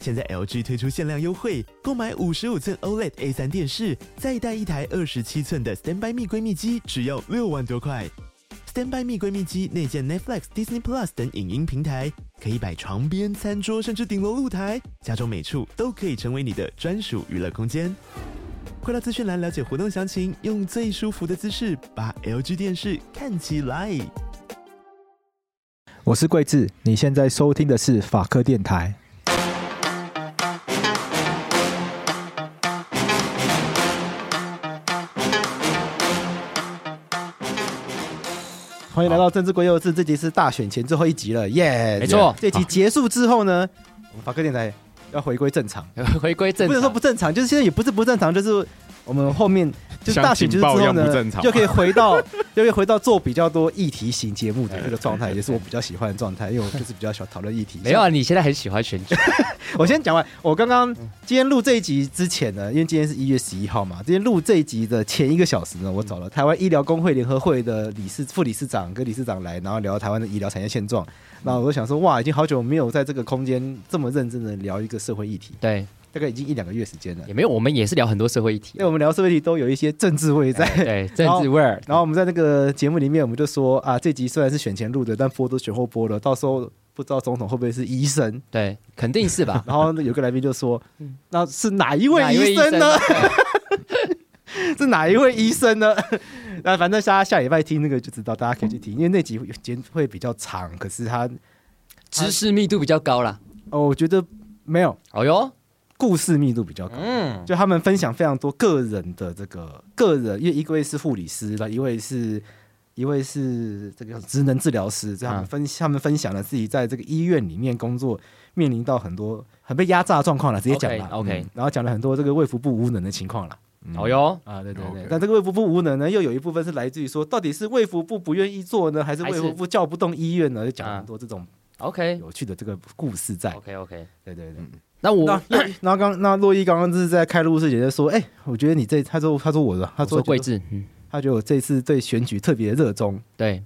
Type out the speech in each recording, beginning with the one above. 现在 LG 推出限量优惠，购买五十五寸 OLED A 3电视，再带一台二十七寸的 Standby 蜜闺蜜机，只要六万多块。Standby 蜜闺蜜机内建 Netflix、Disney Plus 等影音平台，可以摆床边、餐桌，甚至顶楼露台，家中每处都可以成为你的专属娱乐空间。快到资讯栏了解活动详情，用最舒服的姿势把 LG 电视看起 来。我是桂智，你现在收听的是法科电台。欢迎来到政治国幼稚，这集是大选前最后一集了，耶！没错这集结束之后呢，我们法科电台要回归正常， 回归正不能说常不。正常，就是现在也不是不正常，就是我们后 面就是大选结束之后像劲爆一样不呢正，常就可以回 到就可以回到做比较多议题型节目的这个状态，也是我比较喜欢的状态，因为我就是比较喜欢讨论议题。没有啊，你现在很喜欢选举， 我先讲完，我刚刚今天录这一集之前呢，因为今天是一月十一号嘛，今天录这一集的前一个小时呢，我找了台湾医疗工会联合会的理事副理事长跟理事长来，然后聊台湾的医疗产业现状。那我就想说，哇，已经好久没有在这个空间这么认真的聊一个社会议题，对，大概已经一两个月时间了。也没有，我们也是聊很多社会议题因为，我们聊社会议题都有一些政治味在，对，政治味儿， 然后我们在那个节目里面，我们就说啊，这集虽然是选前录的，但播都选后播了，到时候不知道总统会不会是医生。？对，肯定是吧 然后有个来宾就说：“那是哪一位哪一医医生生呢？ 是哪一位医生呢？” 那反正下下礼拜听那个就知道，大家可以去听，因为那集节会比较长，可是他知识密度比较高啦。哦，我觉得没有哦哟，故事密度比较高。嗯，就他们分享非常多个人的这个个人，因为一位是护理师，那一位是一位是这个职能治疗师，这样他们嗯分、他们分享了自己在这个医院里面工作面临到很多很被压榨的状况了，直接讲了 OK，OK 嗯然后讲了很多这个卫福部无能的情况了。哦哟，啊，对对对 OK 但这个卫福部无能呢，又有一部分是来自于说，到底是卫福部不愿意做呢，还是还卫是福部叫不动医院呢？就讲了啊哦很多这种 o k 有趣的这个故事在。 o k o k 对对对，那那我那刚那洛伊刚刚就是在开录之前就说，哎、我觉得你这他说他说我的，他我说说桂觉得智，嗯，他觉得我这次对选举特别热衷。对，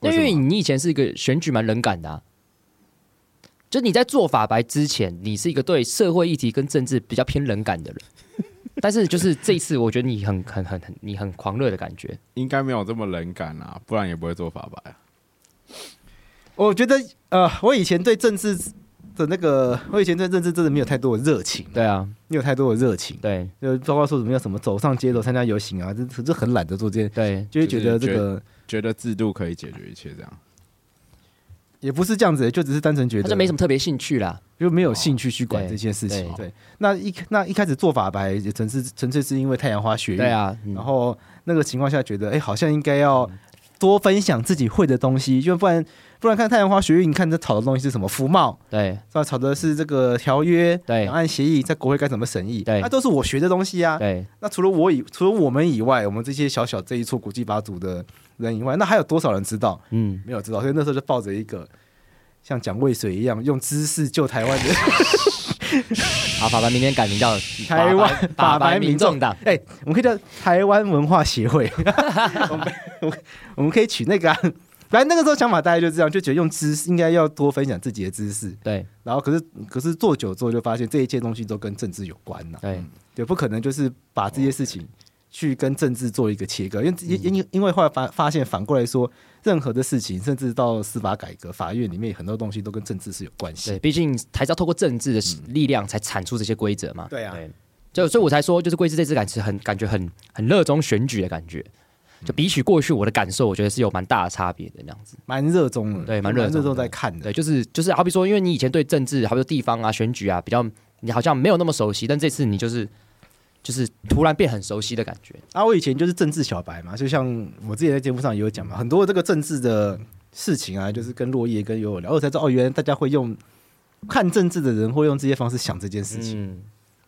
为因什么为你以前是一个选举蛮冷感的、啊，就你在做法白之前，你是一个对社会议题跟政治比较偏冷感的人。但是就是这一次，我觉得你很很很很你很狂热的感觉，嗯应该没有这么冷感啊，不然也不会做法白啊。我觉得呃，我以前对政治的那个，我以前对政治真的没有太多的热情，对啊，没有太多的热情，对就包括说什么要什么走上街头参加游行啊，这这很懒得做这件，对，就会觉得这就是觉个觉得制度可以解决一切，这样也不是这样子，就只是单纯觉得他就没什么特别兴趣啦。就没有兴趣去管对这件事情。对对，那一那一开始做法白，也纯是纯粹是因为太阳花学运对，啊，嗯然后那个情况下觉得，哎、好像应该要多分享自己会的东西，因为不然不然看太阳花学运，你看这炒的东西是什么服贸，对是吧？炒的是这个条约、对两岸协议，在国会该怎么审议，对那、都是我学的东西啊。对那除了我以除了我们以外，我们这些小小这一撮国际八组的人以外，那还有多少人知道？嗯，没有知道，所以那时候就抱着一个像蒋渭水一样用知识救台湾的。好，啊法白明天改名叫台湾法白法法白白民民众众党，哎、我们可以叫台湾文化协 会，我们我们我们可以取那个、啊。反正那个时候想法大概就这样，就觉得用知识应该要多分享自己的知识，对然后可是可是做久之后就发现这一切东西都跟政治有关呐、对对，不可能就是把这些事情去跟政治做一个切割，因为因因因为后来发发现反过来说，任何的事情，甚至到司法改革、法院里面很多东西都跟政治是有关系对，。毕竟还是要透过政治的力量才产出这些规则嘛。对啊就所以我才说，就是贵志这次感是很感觉很很热衷选举的感觉，就比起过去我的感受，我觉得是有蛮大的差别的那样子。蛮热衷的，对蛮热热衷衷的在看的对，。就是就是好比说，因为你以前对政治，好比说地方啊、选举啊比较，你好像没有那么熟悉，但这次你就是就是突然变很熟悉的感觉。啊，我以前就是政治小白嘛，就像我之前在节目上也有讲嘛，很多这个政治的事情啊，就是跟落叶跟友友聊，我才知道哦，原来大家会用看政治的人会用这些方式想这件事情。嗯，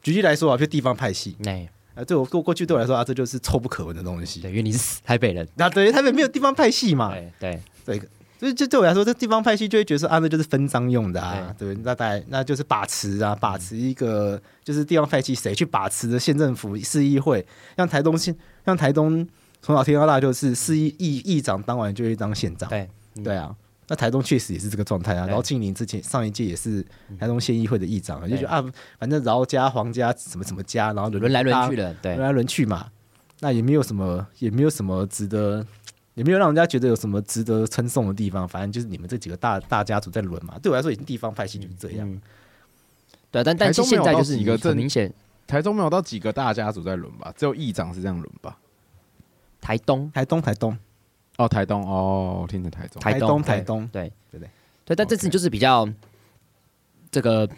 举例来说啊，就地方派系，对啊，对我过过去对我来说啊，这就是臭不可闻的东西。对，因为你是死台北人，那等于台北没有地方派系嘛，对对，对，所以这对我来说，这地方派系就会觉得说啊，那就是分赃用的哎啊，对那大概那就是把持啊，把持一个就是地方派系谁去把持的县政府、市议会，像台东县，像台东从小听到大就是市议议议长当完就会当县长，对对啊。那台东确实也是这个状态啊，对饶庆林之前上一届也是台东县议会的议长啊，就觉得啊，反正饶家、黄家什么什么家，然后轮来轮去的。的，对轮来轮去嘛，那也没有什么，也没有什么值得，也没有让人家觉得有什么值得称颂的地方。反正就是你们这几个大大家族在轮嘛。对我来说，已经地方派系就是这样。嗯对啊，但但台是中现在就是你没有到几个很镇明显，台中没有到几个大家族在轮吧，只有议长是这样轮吧。台东台东，台东，哦，台东哦，我听成台中。台东，东台对东，对对不对对，但这次 OK 就是比较这个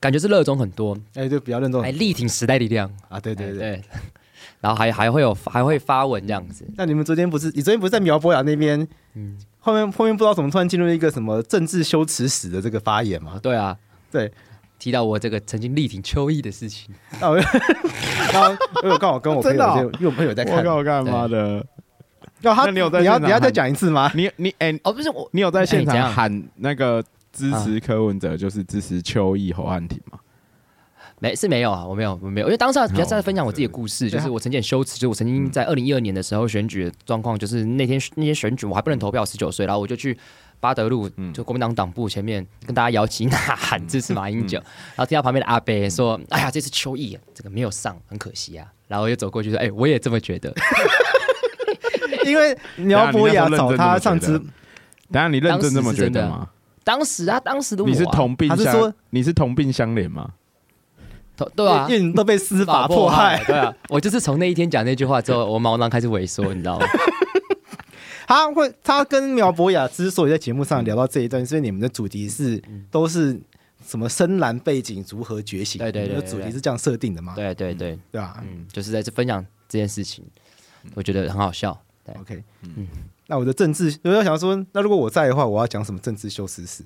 感觉是热衷很多，哎，就比较认嗯同还力挺时代力量，啊。对对哎对。对， 然后还还会有还会发文这样子，那你们昨天不是，你昨天不是在苗博雅那边？嗯后面后面不知道怎么突然进入一个什么政治羞耻史的这个发言嘛？对啊，对，提到我这个曾经力挺秋意的事情，那我那我有刚好跟我朋 真的友就，哦因为我朋友在看我，靠，干嘛的？要他啊那你有在你要现场你要再喊讲一次吗？你你哎，哦，不是我，你有在现哎怎样场喊那个支持柯文哲，就是支持邱毅侯汉廷吗？没是没有啊，我没有，我没有，因为当时比较在分享我自己的故事，哦对就啊嗯是我曾经很羞耻，就是我曾经在二零一二年的时候选举的状况，就是那天那天选举我还不能投票，十九岁，然后我就去巴德路嗯就国民党党部前面跟大家摇旗呐喊支持马英嗯九， 然后听到旁边的阿伯说：“哎呀，这次秋意这个没有上，很可惜啊。”然后我就走过去说：“哎，我也这么觉得。因 为苗博雅对啊你那时候找他上认真这么觉得直，等一下你认真这么当时是觉真的得吗？”当时啊，当时的我啊、你是同病他是说相，你是同病相怜吗？同对啊因，为你都被司法迫害，对啊，我就是从那一天讲那句话之后，我毛囊开始萎缩，你知道吗？他会，他跟苗博雅之所以在节目上聊到这一段，所以你们的主题是嗯都是什么深蓝背景如何觉醒？对对对你们的对主题对是这样设定的嘛？对对对，对吧嗯，就是在这分享这件事情，我觉得很好笑。对？OK，那嗯我的政治，我就想说，那如果我在的话，我要讲什么政治羞耻史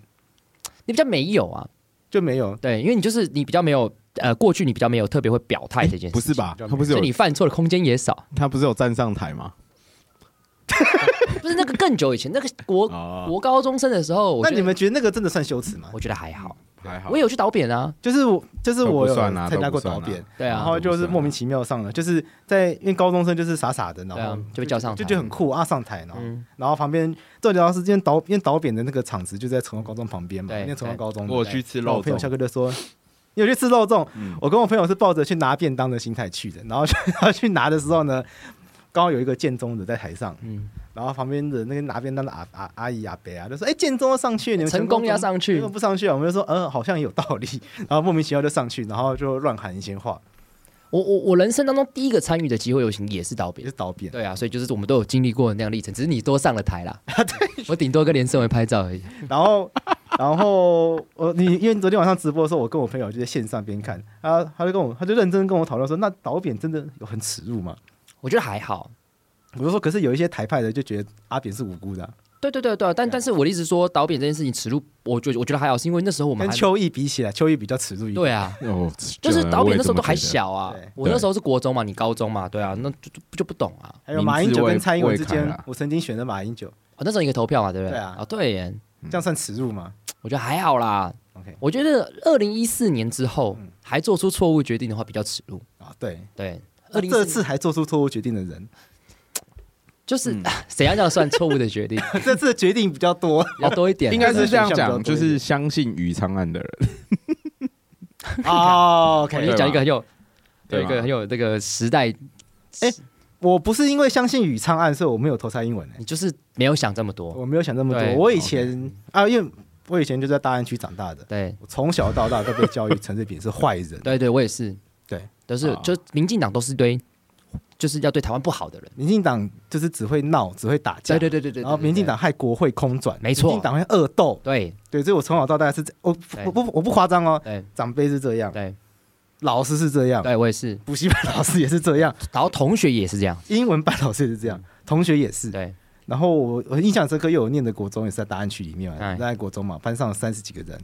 你比较没有啊，就没有。对，因为你就是你比较没有，呃，过去你比较没有特别会表态这件事情，不是？吧？他不是所以有你犯错的空间也少。 他不是有站上台吗？不是那个更久以前，那个国哦国高中生的时候，我那觉得你们觉得那个真的算羞耻吗？我觉得还好，还好我也有去导扁啊，就是我，就是我有都不算啊参加过都不导算啊扁，对然啊，后就是莫名其妙上了，就是在因为高中生就是傻傻的，然对后啊就被叫上台就就很酷啊上台，然后嗯然后旁边最主要是因为导因为导扁的那个场子就在成功高中旁边嘛，对因为成功高中嘛我去吃然后肉我朋友下粽，课就说。有去吃肉粽，嗯我跟我朋友是抱着去拿便当的心态去的，然后去 然后去拿的时候呢，刚好有一个建中的在台上，嗯然后旁边的那个拿便当的阿阿阿姨阿伯啊，就说：“哎、建中要上去，你们成功要上去为什么不上去啊？”我们就说：“嗯，好像有道理。”然后莫名其妙就上去，然后就乱喊一些话，我我我人生当中第一个参与的机会游行也是导也扁是，倒扁。对啊，所以就是我们都有经历过那样历程，只是你多上了台啦，我顶多跟连胜文拍照而已，然后，然后我你因为昨天晚上直播的时候，我跟我朋友就在线上边看，他他就跟我他就认真跟我讨论说，那导扁真的有很耻辱吗？我觉得还好。我就说，可是有一些台派的就觉得阿扁是无辜的啊、对对对对啊，但但是我的意思是说导扁这件事情耻辱，我觉得我觉得还好，是因为那时候我们跟还邱毅比起来，邱毅比较耻辱一点。对啊，哦，就是导我扁也那时候这么都还觉得，小啊对，嗯我那时候是国中嘛，你高中嘛，对啊，那就就就不懂啊。还有马英九跟蔡英文之名字未间未开啊，我曾经选了马英九，哦，那时候你可以投票嘛，对不对？哦对啊对耶，这样算耻辱吗我觉得还好啦。 ？OK 嗯我觉得二零一四年之后、还做出错误决定的话比较耻辱。啊，对，对，那二零这次还做出错误决定的 人，就是、嗯 谁要这样算错误的 决定，这次的决定比较 多。要多一点啊。应该是这样选项讲，比较多就一点是相信余昌案的人，哦我，OK，就讲一个很有，有对一吧个很有这个时代，我不是因为相信宇昌案，所以我没有投蔡英文、欸，你就是没有想这么多。我没有想那么多。对我以前啊，因为我以前就在大安区长大的，对。我从小到大都被教育陈水扁是坏人对对，我也是，对，都是、啊就民进党都是一堆，就是要对台湾不好的人。民进党就是只会闹，只会打架。对对对对对，然后对民进党害国会空转，没错民进党会恶斗。对对，所以我从小到大是这，我对我不我不夸张哦，对长辈是这样，对老师是这样，对，我也是。补习班老师也是这样，然后同学也是这样，英文班老师也是这样，同学也是。嗯对 然后我我印象深刻，又有念的国中也是在大安区里面嘛，哎嗯大安国中嘛，班上有三十几个人，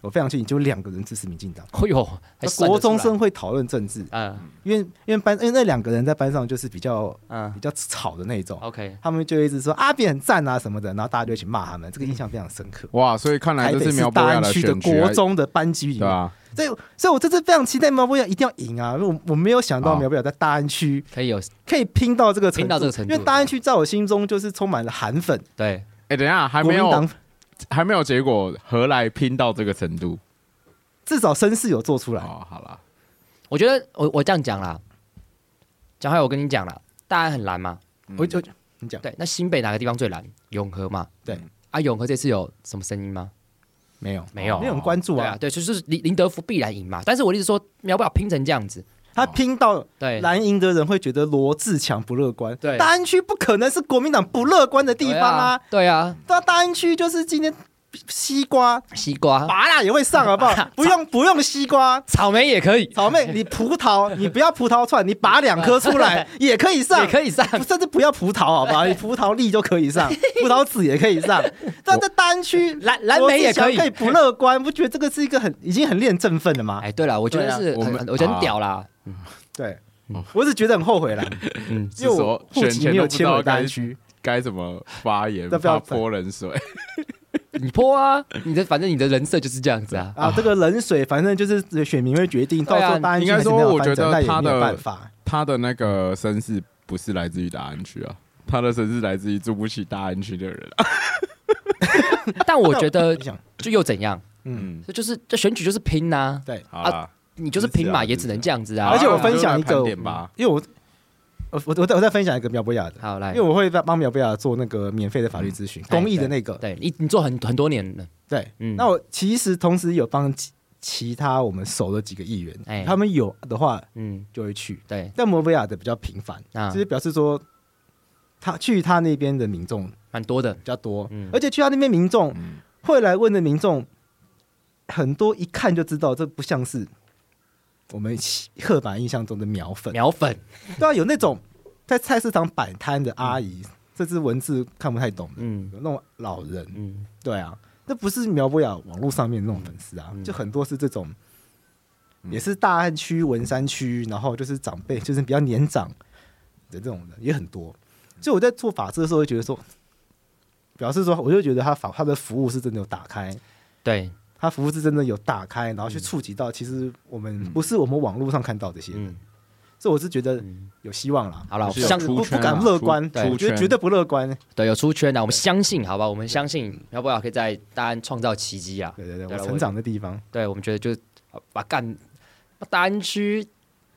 我非常确定就两个人支持民进党。哎呦，还那算得国出来中生会讨论政治，嗯因为因为班因为那两个人在班上就是比较比嗯较吵的那一种， ，OK，他们就一直说阿扁很赞啊什么的，然后大家就一起骂他们，这个印象非常深刻。哇，所以看来台这北是市苗大博雅安的区的选举国还，中的班级里对啊面，吧？所以所以我这次非常期待苗博雅一定要赢啊！因为我我没有想到好苗博雅在大安区可以有可以拼到这个程度，拼到这个程度因为大安区在我心中就是充满了韩粉、对，哎，等一下还国没民有党，还没有结果，何来拼到这个程度？至少声势有做出来。哦，好啦，我觉得我我这样讲啦，蒋海，我跟你讲啦，大安很蓝嘛，嗯我就你讲对，那新北哪个地方最蓝？永和嘛，对，啊，永和这次有什么声音吗？没有没有没有人关注对啊啊，，对，就是林林德福必然赢嘛，但是我的意思说苗博雅拼成这样子，他拼到对，蓝营的人会觉得罗志强不乐观，哎对大安区不可能是国民党不乐观的地方啊，对啊，那大安区就是今天西瓜、对啊西瓜、麻辣也会上好不好？不用不用西瓜，草莓也可以，草莓，你葡萄，你不要葡萄串，你拔两颗出来也可以上也，可以上，不甚至不要葡萄，好不好？你葡萄粒就可以上，葡萄籽也可以上。但在单区蓝蓝莓也可以可以不乐观，不觉得这个是一个很已经很令人振奋了吗？哎，对了，我觉得对啊是我很，们很我觉得很屌啦，对，我只觉得很后悔啦，嗯，因为我是户说选籍前没有都不知迁道回该单区，该怎么发言，要不要怕泼冷水。你泼啊，你的反正你的人设就是这样 子啊，啊，这个冷水反正就是选民会决定，对啊到时候大安区还是没应该有说我翻觉转，得但也他没的有办法。他的那个身世不是来自于大安区啊，他的身世来自于住不起大安区的人、啊。但我觉得呃你想，就又怎样，嗯，嗯，这就是这选举就是拼呐，对。好啦，你就是拼嘛，是啊也只能这样子好啊，而且我那分就享来一个盘点吧，因为我我我我再我再分享一个苗博雅的，好来哎因为，我会帮苗博雅做那个免费的法律咨询，嗯公益的那个。对你你做很很多年了，对，嗯那我其实同时有帮其其他我们熟的几个议员，哎他们有的话嗯，就会去，对但摩比亚的比较频繁，啊就是表示说他去他那边的民众比蛮多的，较多，嗯而且去他那边民众嗯会来问的民众很多，一看就知道这不像是我们刻板印象中的苗粉，秒粉，对啊，有那种在菜市场摆摊的阿姨，这只文字看不太懂的，嗯有那种老人，嗯，对啊，那不是苗博雅网络上面那种粉丝啊，嗯就很多是这种，嗯也是大安区、文山区，然后就是长 辈，就是比较年长的这种人也很多。所以我在做法制的时候，会觉得说，表示说，我就觉得他法他的服务是真的有打开，对，他服务是真的有打开，然后去触及到其实我们不是我们网络上看到这些，嗯，所以我是觉得嗯有希望啦。好了，我是们有相出不圈不啊敢乐观，出我觉得出绝对不乐观。对有出圈啊的，我们相信，好吧，我们相信苗博雅可以在大安创造奇迹啊，对对对，对我了成我长的地方对我们觉得就啊把干大安区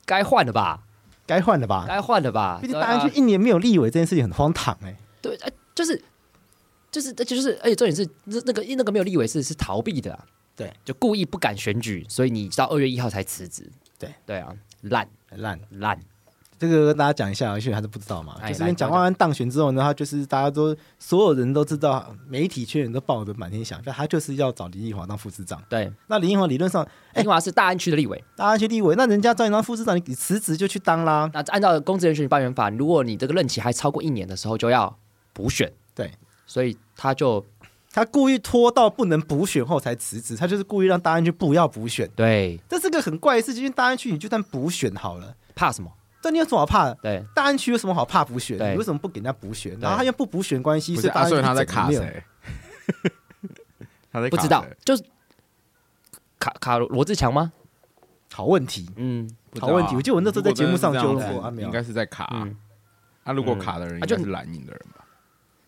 该换了吧，该换了吧？该换了吧，毕竟对大啊安区一年没有立委这件事情很荒唐哎、对，呃，就是就是，这就是，而且重点是那那个那个没有立委是是逃避的、啊，对，就故意不敢选举，所以你到二月一号才辞职，对对啊，烂很烂。烂，这个跟大家讲一下，因为还是不知道嘛。哎就是因为蒋万安当选之后呢，他就是大家都所有人都知道，媒体圈人都报的满天响，但他就是要找林奕华当副市长。对，那林奕华理论上，哎因为他是大安区的立委，大家去立委，那人家找你当副市长，你辞职就去当啦。那按照公职人选举罢免法，如果你这个任期还超过一年的时候，就要补选，对，所以他就他故意拖到不能补选后才辞职，他就是故意让大安区不要补选，对这是个很怪的事情。因为大安区你就算补选好了，怕什么？但你有什么好怕的？对，大安区有什么好怕补选？对你为什么不给人家补选？然后他又不补选关系，不是大啊，安区所以他在整个卡没有谁？ 他在不卡知道谁，就是卡卡罗志强吗？好问题。嗯不知好道啊问题，我记得我那时候在节目上如就果真的问是这过阿样子苗应，该是在卡啊。嗯，啊如果卡的人啊应就该是蓝营的人吧？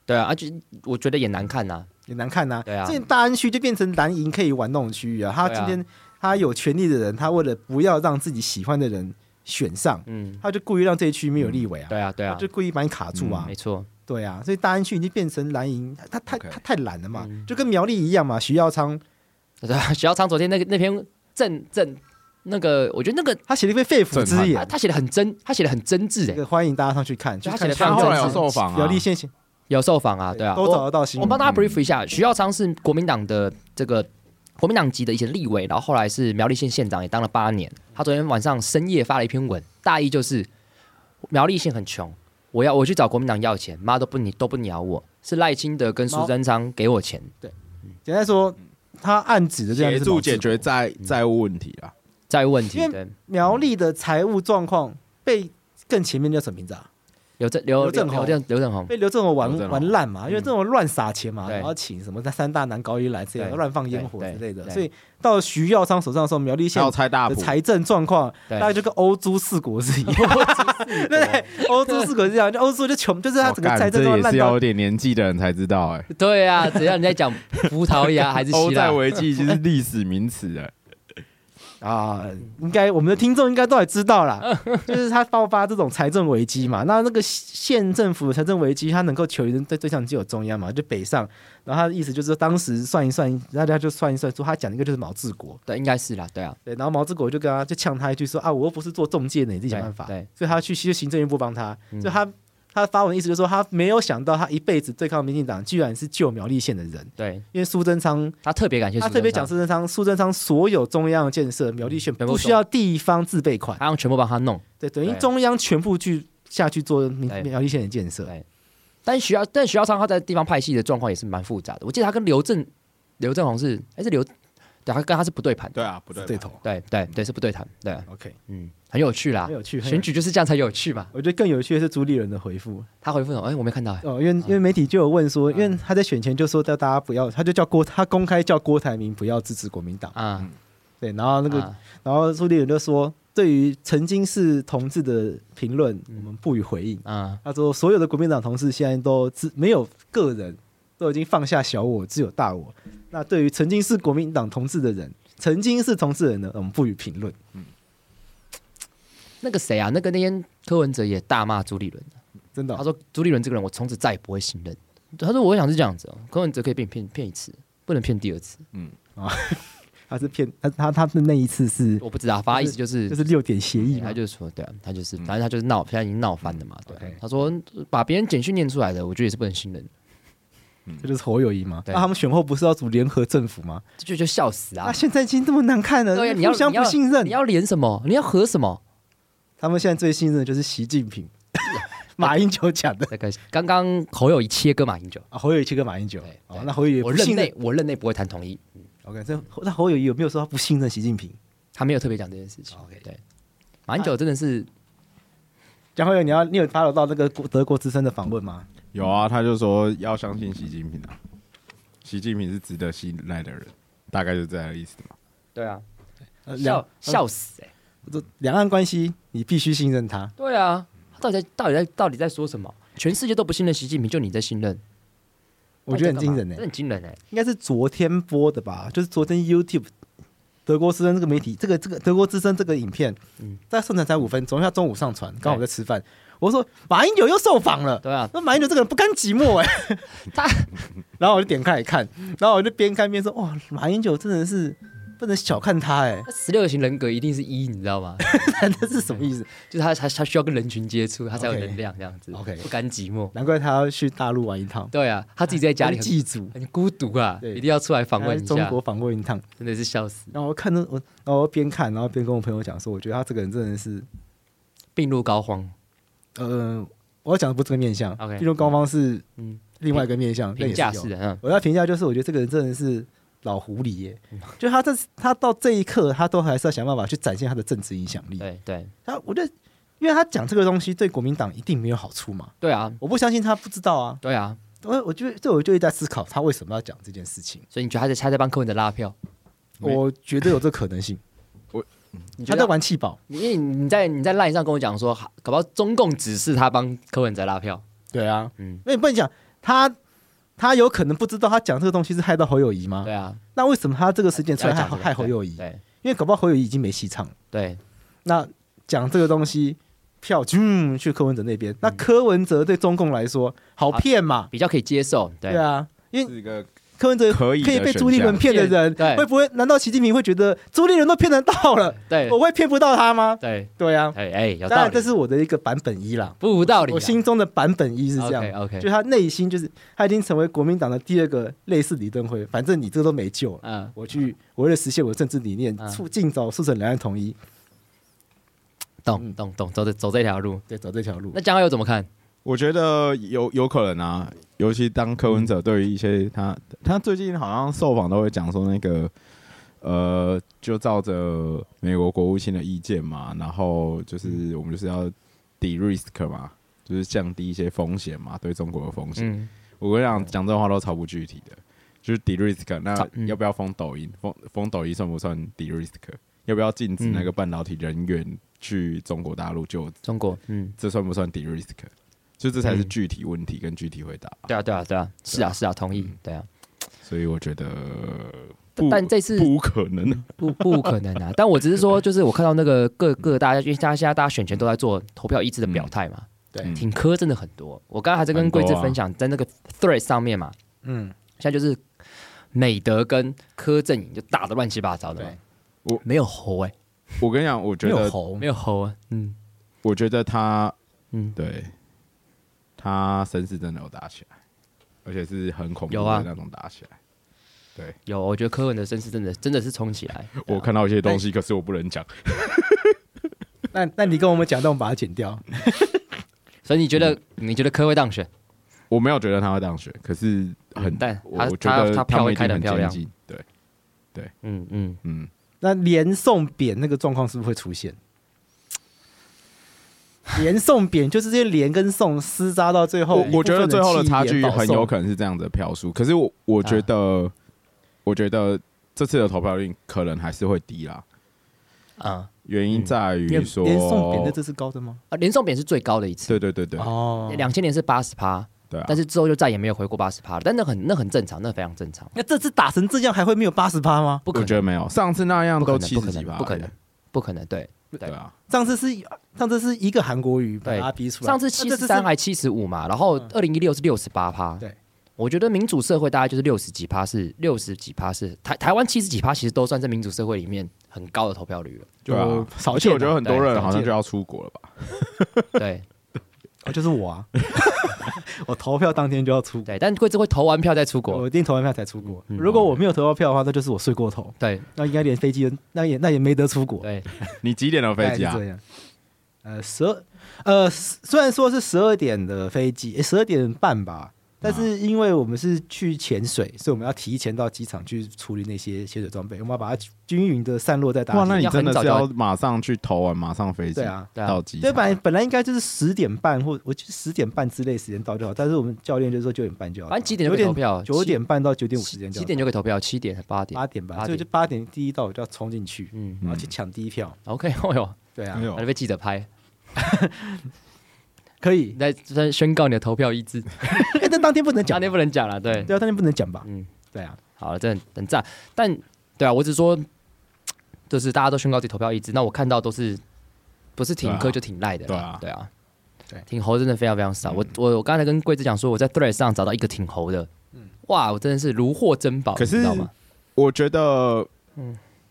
对啊，啊就我觉得也难看呐、也难看呐、对啊这大安区就变成蓝营可以玩弄的区域啊。他对今啊天、他有权利的人，他为了不要让自己喜欢的人选上，嗯，他就故意让这一区没有立委啊，嗯对啊对啊他，就故意把你卡住啊。没错，对啊，所以大安区已经变成蓝营，他太 OK 他太懒了嘛，嗯就跟苗栗一样嘛。徐耀昌对 啊，许耀昌昨天那个那篇正正那个，我觉得那个他写了一篇肺腑之他言，他写的很真，他写的很真挚这哎、个欢迎大家上去看，就就他看写得他非常后来正有式受访啊苗，栗县县有受访啊，对啊，都找我得到新我闻帮。大家嗯 brief 一下，许耀昌是国民党的这个国民党籍的以前立委，然后后来是苗栗县县长，也当了八年。他昨天晚上深夜发了一篇文，大意就是苗栗县很穷，我要我去找国民党要钱，妈都不你都不鸟我，是赖清德跟苏贞昌给我钱，简单说，他暗指的这样协是助毛致解决国债债务问题啊。债务问题因为对，苗栗的财务状况被更前面叫什么名字啊？刘正刘刘正刘宏正嗯刘正宏被刘振宏玩刘振宏玩烂嘛，因为这种乱撒钱嘛，对然后请什么三大男高一来这样对乱放烟火之类对的，对所以到徐耀昌手上的时候，苗栗还县有拆大的埔，财政状况对大概就跟欧洲四国是一样，对不 对？欧洲四国是这样，就欧洲就穷，就是他整个哦干财政这状况也烂是到要有点年纪的人才知道哎。对啊，只要你在讲葡萄牙啊还是欧希债腊，危机已经是历史名词哎了，啊，应该我们的听众应该都还知道 啦，就是他爆发这种财政危机嘛。那那个县政府的财政危机，他能够求援的对象只有中央嘛，就北上。然后他的意思就是说，当时算一算，大家就算一算，说他讲的一个就是毛治国。对，应该是啦，对啊，对，然后毛治国就跟他就呛他一句说啊，我又不是做中介的，你自己想办法。对对所以他去就行政院部帮他，嗯所以他他发文的意思就是说，他没有想到他一辈子对抗民进党，居然是救苗栗县的人，对因为苏贞昌他特别感谢，他特别讲，苏贞昌，苏贞昌所有中央的建嗯设，苗栗县全部不需要地方自备款，他让全部帮他弄，对，等于对中央全部去下去做民对苗栗县的建设对。但徐耀但徐耀昌他在地方派系的状况也是蛮复杂的，我记得他跟刘正刘正宏是还是刘，对，他跟他是不对盘，对啊，不对头对对对是不对盘，对啊， ，OK，嗯，很有趣啦很，有趣。很有选举就是这样才有趣嘛。我觉得更有趣的是朱立伦的回复他回复什么？哎，我没看到，哎哦，因为因为媒体就有问啊说，因为他在选前就说叫大家不要，他就叫郭，他公开叫郭台铭不要支持国民党，啊，对，然后那个啊然后朱立伦就说，对于曾经是同志的评论，嗯我们不予回应。啊，他说，所有的国民党同事现在都呃只没有个人，都已经放下小我，只有大我。那对于曾经是国民党同志的人，曾经是同志的人呢，我们不予评论。那个谁啊，那个那天柯文哲也大骂朱立伦，真的哦、他说朱立伦这个人我从此再也不会信任。他说我想是这样子、哦，柯文哲可以被你骗骗一次，不能骗第二次。他是骗他他他的那一次是我不知道，反正意思就是就是六点协议嘛嗯他，就是说对啊，他就是反正他就是闹，现在已经闹翻了嘛。对啊、 OK 他说把别人简讯念出来的，我觉得也是不能信任，这就是侯友谊嘛。对那他们选后不是要组联合政府吗？这就就笑死那啊！现在已经这么难看了，对啊，你要互相你要不信任你。要连什么？你要和什么？他们现在最信任的就是习近平， 马英九讲的。那个刚刚侯友谊切割马英九，啊，侯友谊去跟马英九对，哦对，那侯友谊也我不任信内任。我任内不会谈同意， OK，这那侯友谊有没有说他不信任习近平？他没有特别讲这件事情。哦 OK 啊对，马英九真的是蒋侯友，你要你有 follow 到那个国德国之声的访问吗？有啊，他就说要相信习近平啊，习近平是值得信赖的人，大概就这样的意思嘛。对啊，呃两笑笑死哎、这两岸关系，你必须信任他。对啊，他到底在到底在到底在说什么？全世界都不信任习近平，就你在信任，我觉得很惊人呢、欸这很惊人哎、应该是昨天播的吧？就是昨天 YouTube 德国之声这个媒体，这个这个德国之声这个影片，嗯在上传才五分钟，因为他中午上传，刚好我在吃饭，我说马英九又受访了。对啊，那马英九这个人不甘寂寞哎、 他 然后我就点开来看，然后我就边看边说，哇，马英九真的是不能小看他哎、 十六型人格一定是一，你知道吗？ 这是什么意思？就是他他他需要跟人群接触，他才有 OK 能量这样子 OK 不甘寂寞。难怪他要去大陆玩一趟，对啊，他自己在家里他很是祭祖，很孤独啊，对一定要出来访问他一在中下国，访问一趟。真的是笑死，然后我看着我，然后我边看，然后边跟我朋友讲说，我觉得他这个人真的是，病入膏肓，呃，我要讲的不是这个面相 OK 毕竟高方是嗯，另外一个面相，但评也价有是的，嗯，我要评价就是，我觉得这个人真的是老狐狸耶，就他这他到这一刻，他都还是要想办法去展现他的政治影响力。对对他我觉得，因为他讲这个东西对国民党一定没有好处嘛，对啊我不相信他不知道啊。对啊，我我就这我就一直在思考他为什么要讲这件事情，所以你觉得他在他在帮柯文哲拉票？没我觉得有这可能性， 你觉他在得？玩气宝，因为你在你在 line 上跟我讲说，搞不好中共只是他帮柯文哲拉票，对啊，嗯，那你不能讲他，他有可能不知道他讲这个东西是害到侯友谊吗？对啊，那为什么他这个时间出来要害讲这个害侯友谊？对因为搞不好侯友谊已经没戏唱了。对那讲这个东西，票嗯去柯文哲那边，那柯文哲对中共来说好骗嘛？比较可以接受，对对啊，因为是一个柯文哲可以的可以被朱立伦骗的人，对会不会？难道习近平会觉得朱立伦都骗得到了，对哦我会骗不到他吗？对，对啊，哎哎，有当道然理，这是我的一个版本一啦。不无道理啊，我心中的版本一是这样 OK，OK 就他内心就是他已经成为国民党的第二个类似李登辉，反正你这都没救了，嗯，我去我为了实现我的政治理念，嗯促尽早促成两岸统一，懂懂懂，走这走这条路。对，走这条路那。江友怎么看？我觉得有有可能啊，尤其当柯文哲对于一些他他最近好像受访都会讲说那个呃，就照着美国国务卿的意见嘛，然后嗯就是我们就是要 de risk 嘛，就是降低一些风险嘛，对中国的风险。嗯，我跟你讲，讲这种话都超不具体的，就是 de risk。超那嗯要不要封抖音？封封抖音算不算 de risk？要不要禁止嗯那个半导体人员去中国大陆就中国，嗯，这算不算 de risk？就这才是嗯具体问题跟具体回答，对啊，对啊，对啊，是啊，是啊，同嗯意，对啊，所以我觉得不但这次不可能。 不不可能啊！但 我只是说，就是我看到那个各各大家，因为大家现在大家选前都在做投票一致的表态嘛，嗯挺苛真的很多。我刚才还在跟很多桂啊枝分享，在那个 thread 上面嘛，嗯，现在就是美德跟柯震宇就打的乱七八糟的嘛，对我没有猴哎、我跟你欸讲，我觉没有得，猴没，有猴啊，嗯我觉得他嗯，对他身世真的有打起来，而且是很恐怖有啊的那种打起来。有，我觉得柯文的身世真的真的是冲起来，对啊我看到一些东西，可是我不能讲。那那你跟我们讲，但我们把它剪掉。所以你觉得、嗯你觉得柯会当选？我没有觉得他会当选，可是很嗯但我他我觉得他他他票们会一定开得很很漂前亮进。对，嗯嗯，嗯，那连送扁那个状况是不是会出现？连送扁就是这些连跟送厮杀到最后，哦我我觉得最后的差距很有能。可能是这样子的票数，可是我我嗯觉得、我觉得这次的投票率可能还是会低啦，啊、原因在于连说、连送扁的这是高的吗？啊，连宋扁是最高的一次，对对对对、哦，两千年是八十趴。对啊，但是之后就再也没有回过八十趴了。但那很那很正常，那非常正常，那这次打成这样还会没有八十趴吗？不可我觉得能，没有上次那样不可都能，七不十可几吧，能，不可能，不可能。对，对啊，上次是上次是一个韩国瑜把对他逼出来，上次那七这十次嗯三还七十五嘛，然后二零一六是六十八趴。对。我觉得民主社会大概就是六十几趴是六十几趴是台台湾七十几趴，其实都算在民主社会里面很高的投票率了。对啊就。少而且见我觉得了，很多对人少好像见就要出国了吧？对哦就是我 啊，我投票当天就要出国，对，但贵志会投完票再出国我。一定投完票才出国。嗯如果我没有投到票的话，那就是我睡过头，对那应该连飞机都那也那也没得出国。对，你几点的飞机大啊概是？这样。呃，十二，呃，虽然说是十二点的飞机，十二点半吧，但是因为我们是去潜水，所以我们要提前到机场去处理那些潜水装备，我们要把它均匀的散落在大哇，那厅。你要很真的早是就要要马上去投完，马上飞机对啊对啊到机对，场本来本来应该就是十点半或我就十点半之类时间到就好，但是我们教练就说九点半就好。反正啊几点九就可以投点票？九点半到九点五七十间就几好点就可以投票？七点八点八？点吧，八所以点就八点第一到我就要冲进去，嗯然后去抢第一票。 ，OK，哦哟，对啊哎，呦还被记者拍，可以 你。在在宣告你的投票意志。哎，但当天不能讲当，天不能讲了，对，对啊，当天不能讲吧？嗯，对啊，好了，这很很赞。但对啊，我只说，就是大家都宣告自己投票意志，那我看到都是不是挺对啊科就挺赖的啦，对对啊，对挺猴真的非常非常少。我我我刚才跟桂子讲说，我在 Thread 上找到一个挺猴的，哇，我真的是如获珍宝，可是你知道吗？我觉得，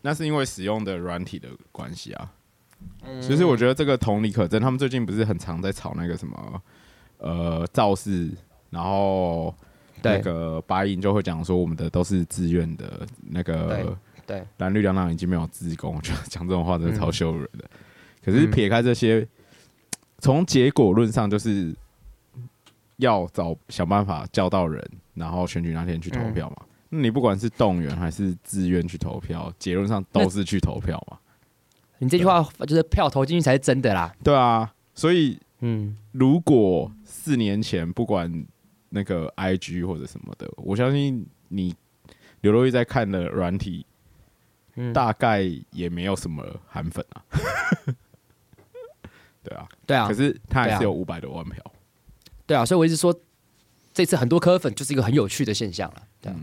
那是因为使用的软体的关系啊。嗯其实我觉得这个同理可证，他们最近不是很常在炒那个什么呃造势，然后对那个八音就会讲说我们的都是自愿的，那个对对蓝绿两党已经没有自工，我觉得讲这种话真的超羞辱人的。可是撇开这些，从结果论上就是要找想办法叫到人，然后选举那天去投票嘛。嗯那你不管是动员还是自愿去投票，结论上都是去投票嘛。你这句话就是票投进去才是真的啦，对啊，所以嗯，如果四年前不管那个 IG 或者什么的，我相信你刘若玉在看的软体，嗯大概也没有什么韩粉啊。 对啊，对啊可，是他还对是啊有五百多万票。对啊，所以我一直说，这次很多科粉就是一个很有趣的现象了，对啊，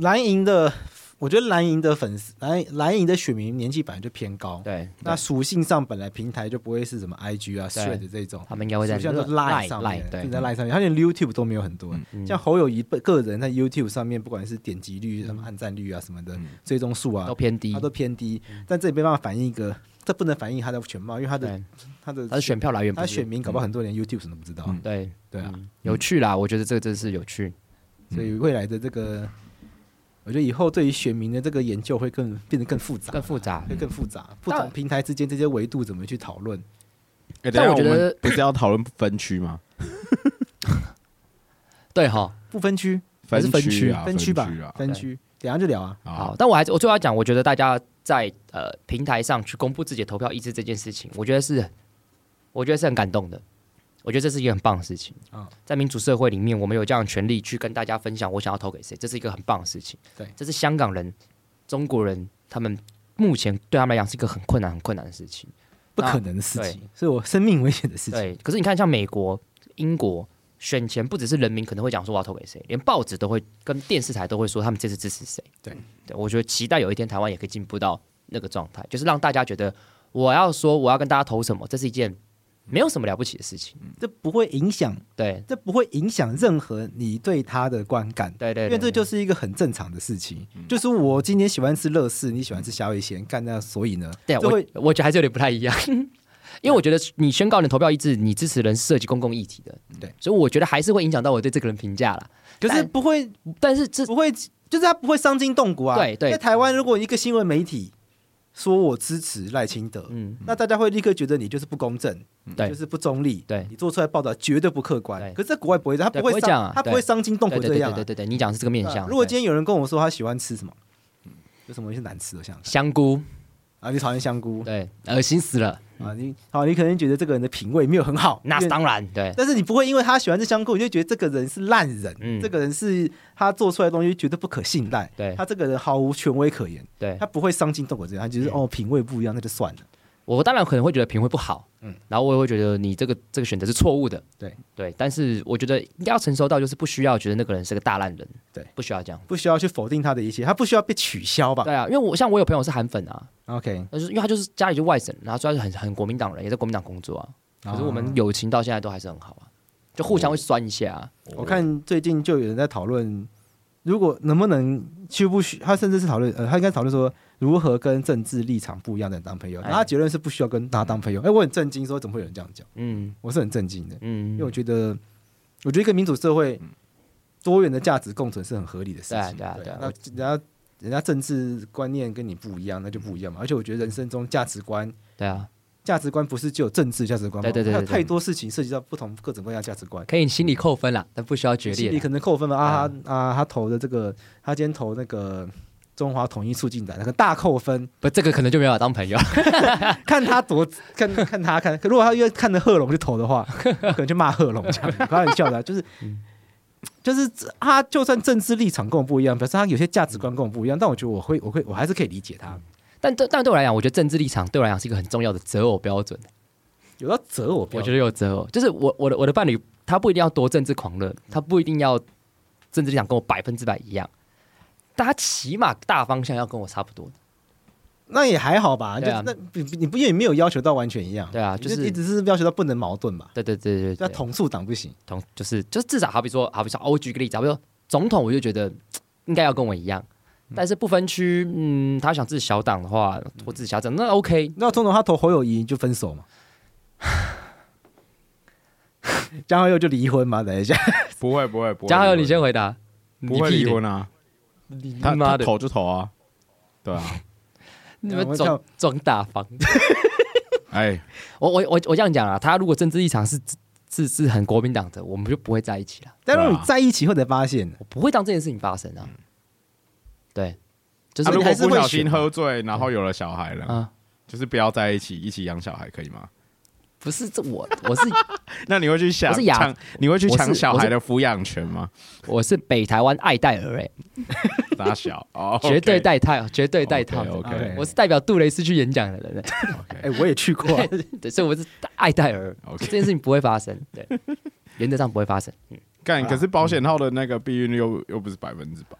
蓝营的，我觉得蓝营的粉丝，蓝蓝营的选民年纪本来就偏高，对，那属性上本来平台就不会是什么 IG 啊、对 Thread 这种，他们应该会在属性都 Line- Line 上 Line，面，对就在 Line 上面，他连 YouTube 都没有很多。嗯像侯友谊本个人在 YouTube 上面，不管是点击率、什么按赞率啊什么的，追踪数啊嗯都，偏低嗯他，都偏低，但这也没办法反映一个，这不能反映他的全貌，因为他的对，他的他的选票来源他不的是选民搞不好很多人连 YouTube 什么都不知道，嗯对。对啊，嗯有趣啦，我觉得这个真是有趣。嗯所以未来的这个，我觉得以后对于选民的这个研究会更变得更复杂，更复杂嗯会更复杂，不但同平台之间这些维度怎么去讨论？哎但我等一下觉们得不是要讨论分区吗？对哈，不分区， 还是分区区啊，分区区吧啊，分区，等一下就聊啊。好，，但我还是我最后要讲，我觉得大家在呃平台上去公布自己的投票意志这件事情，我觉得是，我觉得是很感动的。我觉得这是一个很棒的事情嗯在民主社会里面，我们有这样的权利去跟大家分享我想要投给谁，这是一个很棒的事情。对这是香港人、中国人他们目前对他们来讲是一个很困难、很困难的事情。不那可能的事啊对情，是我生命危险的事情。对，可是你看，像美国、英国选前，不只是人民可能会讲说我要投给谁，连报纸都会跟电视台都会说他们这次支持谁。对，对我觉得期待有一天台湾也可以进步到那个状态，就是让大家觉得我要说我要跟大家投什么，这是一件没有什么了不起的事情。这不会影响，对，这不会影响任何你对他的观感。对对对因为这就是一个很正常的事情。就是我今天喜欢吃乐事，你喜欢吃虾味鲜，干那所以呢，对这我会我觉得还是有点不太 一样。因为我觉得你宣告你的投票意志，你支持人是涉及公共议题的，对，所以我觉得还是会影响到我对这个人评价啦。可是但不会但是这不会，就是他不会伤筋动骨啊。对对在台湾，如果一个新闻媒体说我支持赖清德，嗯，那大家会立刻觉得你就是不公正，对就是不中立，对你做出来报道绝对不客观对。可是，在国外不会这样，他对不会不会这样伤啊，他不会伤筋动对骨对这对样对啊对。对对，你讲的是这个面对啊向。如果对今天有人跟我说他喜欢吃什么，有什么东西难吃的，我想想香菇，啊，你讨厌香菇对，恶心死了。啊，你好，你可能觉得这个人的品味没有很好，那因为当然，对但是你不会因为他喜欢吃香菇，你就觉得这个人是烂人，嗯这个人是他做出来的东西绝对不可信赖，对他这个人毫无权威可言，对他，不会伤筋动骨这样，他就是、嗯哦品味不一样，那就算了。我当然可能会觉得评会不好，嗯嗯，然后我也会觉得你这个这个选择是错误的，对对，但是我觉得应该要成熟到就是不需要觉得那个人是个大烂人，对，不需要这样，不需要去否定他的一切，他不需要被取消吧对啊，因为我像我有朋友是韩粉啊， ？OK，那就是因为他就是家里就外省，然后所以他是很很国民党人，也在国民党工作啊，哦可是我们友情到现在都还是很好啊，就互相会酸一下啊，我看最近就有人在讨论，如果能不能需不需，他甚至是讨论，呃，他应该讨论说如何跟政治立场不一样的人当朋友。哎然后他结论是不需要跟他当朋友。哎、我很震惊，说怎么会有人这样讲？嗯我是很震惊的，嗯因为我觉得，我觉得一个民主社会多元的价值共存是很合理的事情。对啊对啊那人家人家政治观念跟你不一样，那就不一样嘛。而且我觉得人生中价值观。对啊，价值观不是只有政治价值观嘛，对对对还有对对太多事情涉及到不同各种各样的价值观。可以心理扣分啦，但不需要决心裂里啦，可能扣分吧啊他啊！他投的这个，他今天投那个中华统一促进党，那个大扣分，不，这个可能就没法当朋友，看他多 看看他看，如果他因为看着贺龙去投的 话，可能就骂贺龙这样，开玩笑的啊，就是。就是他，就算政治立场跟我不一样，表示他有些价值观跟我不一样，但我觉得我会，我会，我还是可以理解他。但对但对我来讲，我觉得政治立场对我来讲是一个很重要的择偶标准。有到责我，我觉得得有择偶，就是我我的我的伴侣，他不一定要多政治狂热，他不一定要政治立场跟我百分之百一样，但他起码大方向要跟我差不多。那也还好吧。就对啊那你你不也没有要求到完全一样，对啊你就是你只是要求到不能矛盾吧？对对对对那对，统促党不行，同就是就是至少好比说好比说，哦我举个例子，好比说总统，我就觉得嘖应该要跟我一样，但是不分区，嗯，他想自己小党的话，嗯或自己小党那 OK，那总统他投侯友谊就分手 嘛？江浩佑就离婚嘛？等一下，不会不会不会，嘉佑你先回答，不会你屁离咧婚，啊，你他妈他的，投就投啊，对啊， 你我们们装跳装大方。哎，我我我我这样讲啊，他如果政治立场是是是很国民党的，我们就不会在一起了，但对啊是你在一起后才发现，我不会当这件事情发生啊。对，就是他啊如你果啊还是不会小心选嗯喝醉，然后有了小孩了，啊，就是不要在一起，一起养小孩可以吗？ 不是这我我是那你会去想我是养抢，你会去我是抢小我是孩的抚养权吗？ 我是北台湾爱戴尔哎、打小哦，绝对 OK 带套，绝对带套 OK， OK 我是代表杜蕾斯去演讲的人、欸， 哎、我也去过啊、 对，所以我是爱戴 尔 OK 这件事情不会发生，对，原则上不会发生。啊干，可是保险套的那个避孕率又又不是百分之百，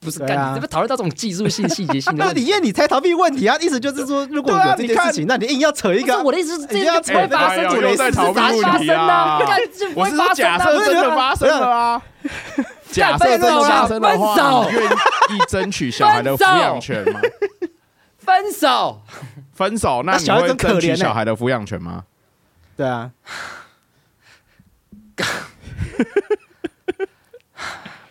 不是，对啊干、你怎么讨论到这种技术性、细节性的 那问李题？艳，你才逃避问题啊！意思就是说，如果对啊有这件事情，那你硬要扯一不是个啊、我的意思是，这你个要不会发哎生，哎哎杜蕾斯又在是讨论啥问发题生的啊？啊干这 不我会是发说生假的啊设真的发生了啊， 假设真的发生的分话，手你愿意争取小孩的抚养权 吗？分手。分手，那那你小孩会真可争取怜欸小孩的抚养权吗？对啊，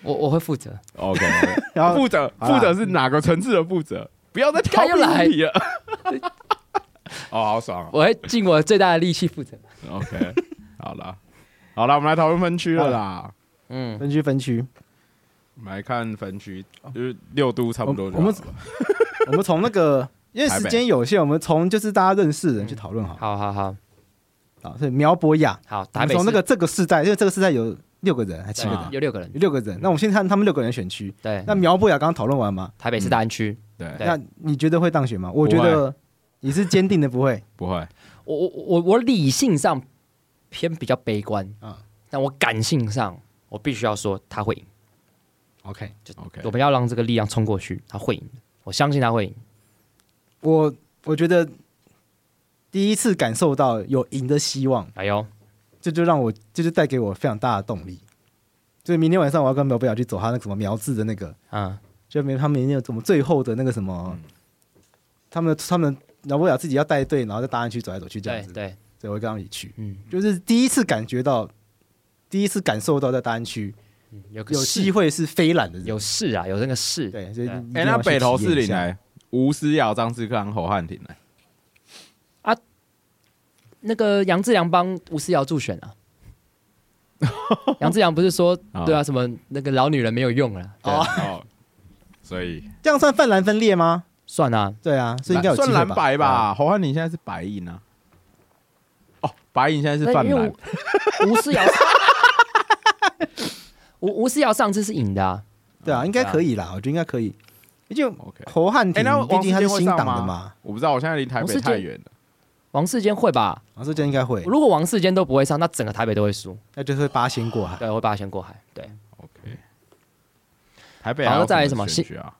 我我会负责。 OK， 然后负责好啦负责是哪个层次的负责？不要再讨他又论来问题了。 哦，好爽哦。我会尽我最大的力气负责。 OK，好啦，好啦，我们来讨论分区了啦。嗯，分区分区， 我们来看分区，就是六都差不多就我好们了。我们从那个因为台时北间有限，我们从就是大家认识的人去讨论好好好好啊。所以苗博雅，好，我台们北从那市个这个世代，因为这个世代有六个人还七对个人，啊有六个人，有六个人。那我们先看他们六个人的选区。对，那苗博雅刚刚讨论完嘛？台北市大安区，对，嗯对那你觉得会当选吗？我觉得你是坚定的不会。不会，我我我我理性上偏比较悲观啊但我感性上我必须要说他会赢， OK， OK，我们要让这个力量冲过去，他会赢的，我相信他会赢。我我觉得第一次感受到有赢的希望，哎呦，这就让我这就带给我非常大的动力。所以明天晚上我要跟苗博雅去走他那个什么苗字的那个，嗯，就明他们明天有什么最后的那个什么，他们他们苗博雅自己要带队，然后在大安区走来走去这样对子，对，所以我会跟他们一起去，嗯，就是第一次感觉到，第一次感受到在大安区嗯有个有势机会是飞揽的人，有事啊，有那个事，对，所以对一定哎，要那去北投体验四一林下呢？吴思瑶、张志刚、侯汉廷呢？那个杨志良帮吴思瑶助选 啊。杨志良不是说啊对啊，什么那个老女人没有用了，对啊哦，哦所以这样算泛蓝分裂吗？算啊，对啊，所以应该有机算会蓝吧啊白吧？侯汉廷现在是白银啊。哦，白银现在是哎那泛因为蓝吴，吴思瑶，吴吴思瑶上次是赢的啊，对啊，应该可以啦，我觉得应该可以。就 OK 侯汉哎廷那，毕王世竟他坚是会新上党的吗嘛，我不知道，我现在离台我北是觉太得远了。王世坚会吧？王世坚应该会，如果王世坚都不会上，那整个台北都会输，那就是八仙过海。对，会把他先过海。对， OK，台北然还后有再来什什么选新区啊？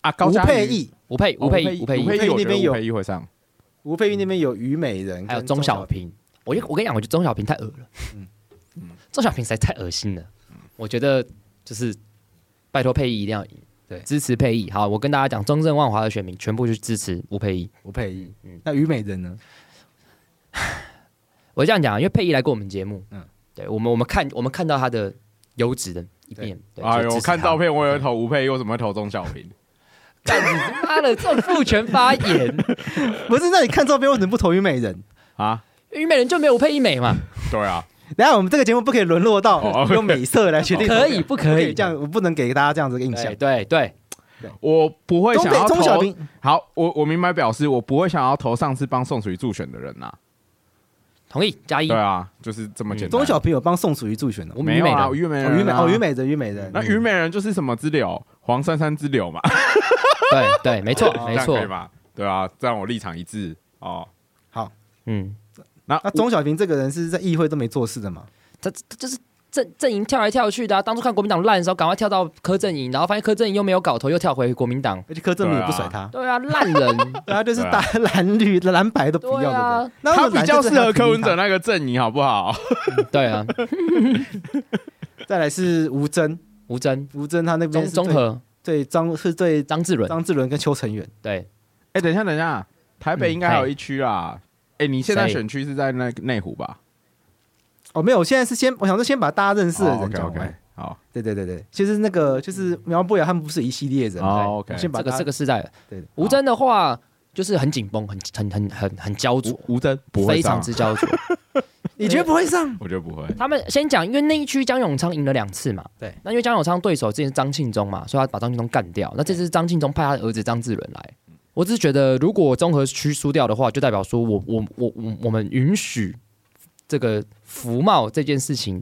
啊，高吴嘉佩瑜益，吴佩哦吴佩仪吴佩吴仪仪佩仪，我那觉得边有吴佩仪会上。吴佩玉那边有虞美人，还有跟钟小平，我就我跟你讲，我觉得钟小平太恶了，钟小平实在太恶心了，我觉得就是拜托佩仪一定要赢，对支持佩仪。好，我跟大家讲，中正万华的选民全部去支持吴佩仪。吴佩玉。那虞美人呢？我这样讲，因为佩仪来过我们节目，嗯嗯，对我们我们看我们看到他的优质的一面，对哎呦，我看照， 就支持片，我有投吴佩仪，为什么会投钟小平？他妈的，这种父权发言，不是，那你看照片为什么不投虞美人？啊，虞美人就没有吴佩仪美嘛？对啊，等一下我们这个节目不可以沦落哦到用美色来决定，哦可以不可以这样？我不能给大家这样子的印象对。对对，我不会钟想北要钟小投。平，好，我我明白表示，我不会想要投上次帮宋楚瑜助选的人呐。同意加一对。啊，就是这么简单。哎嗯钟小平有帮宋楚瑜助选的，我们没有啊，虞虞美哦人啊，虞美哦，虞美人，虞美人，那虞美人就是什么之流？黄珊珊之流嘛，对对，没错 哦这没样错可以，吧？对啊，这样我立场一致哦。好。嗯，那那钟小平这个人是在议会都没做事的嘛？他他就是阵阵营跳来跳去的、啊，当初看国民党烂的时候，赶快跳到柯阵营，然后发现柯阵营又没有搞头，又跳回国民党。而且柯震明也不对啊甩他，对啊，烂人。 对啊，就是对啊打蓝绿、蓝白都不要对的人啊。，那他我们比较适蓝合就是柯文他哲平那个阵营，好不好？对啊，常。再来是吴征，吴征、吴征他那边中是中和、对对张是对张志伦，张志伦跟邱成远，对， 哎，等一下，等一下，台北应嗯该还嗨有一区啊。哎，你现在谁选区是在那内湖吧？哦没有，我现在是先我想说先把大家认识的人 OK 讲 OK，完。哦哎好，对对对对，其实那个就是苗博雅他们不是一系列人嘛，嗯哦我 OK。先把这个大家这个是在对的吴征的话，就是很紧绷，很很很很很焦灼，吴吴征不会非上常啊，之焦灼。你觉得不会上？我觉得不会。他们先讲，因为那一区江永昌赢了两次嘛，对，那因为江永昌对手之前是张庆忠嘛，所以他把张庆忠干掉。那这次张庆忠派他的儿子张志伦来，我只是觉得如果综合区输掉的话，就代表说我我我我我们允许这个服贸这件事情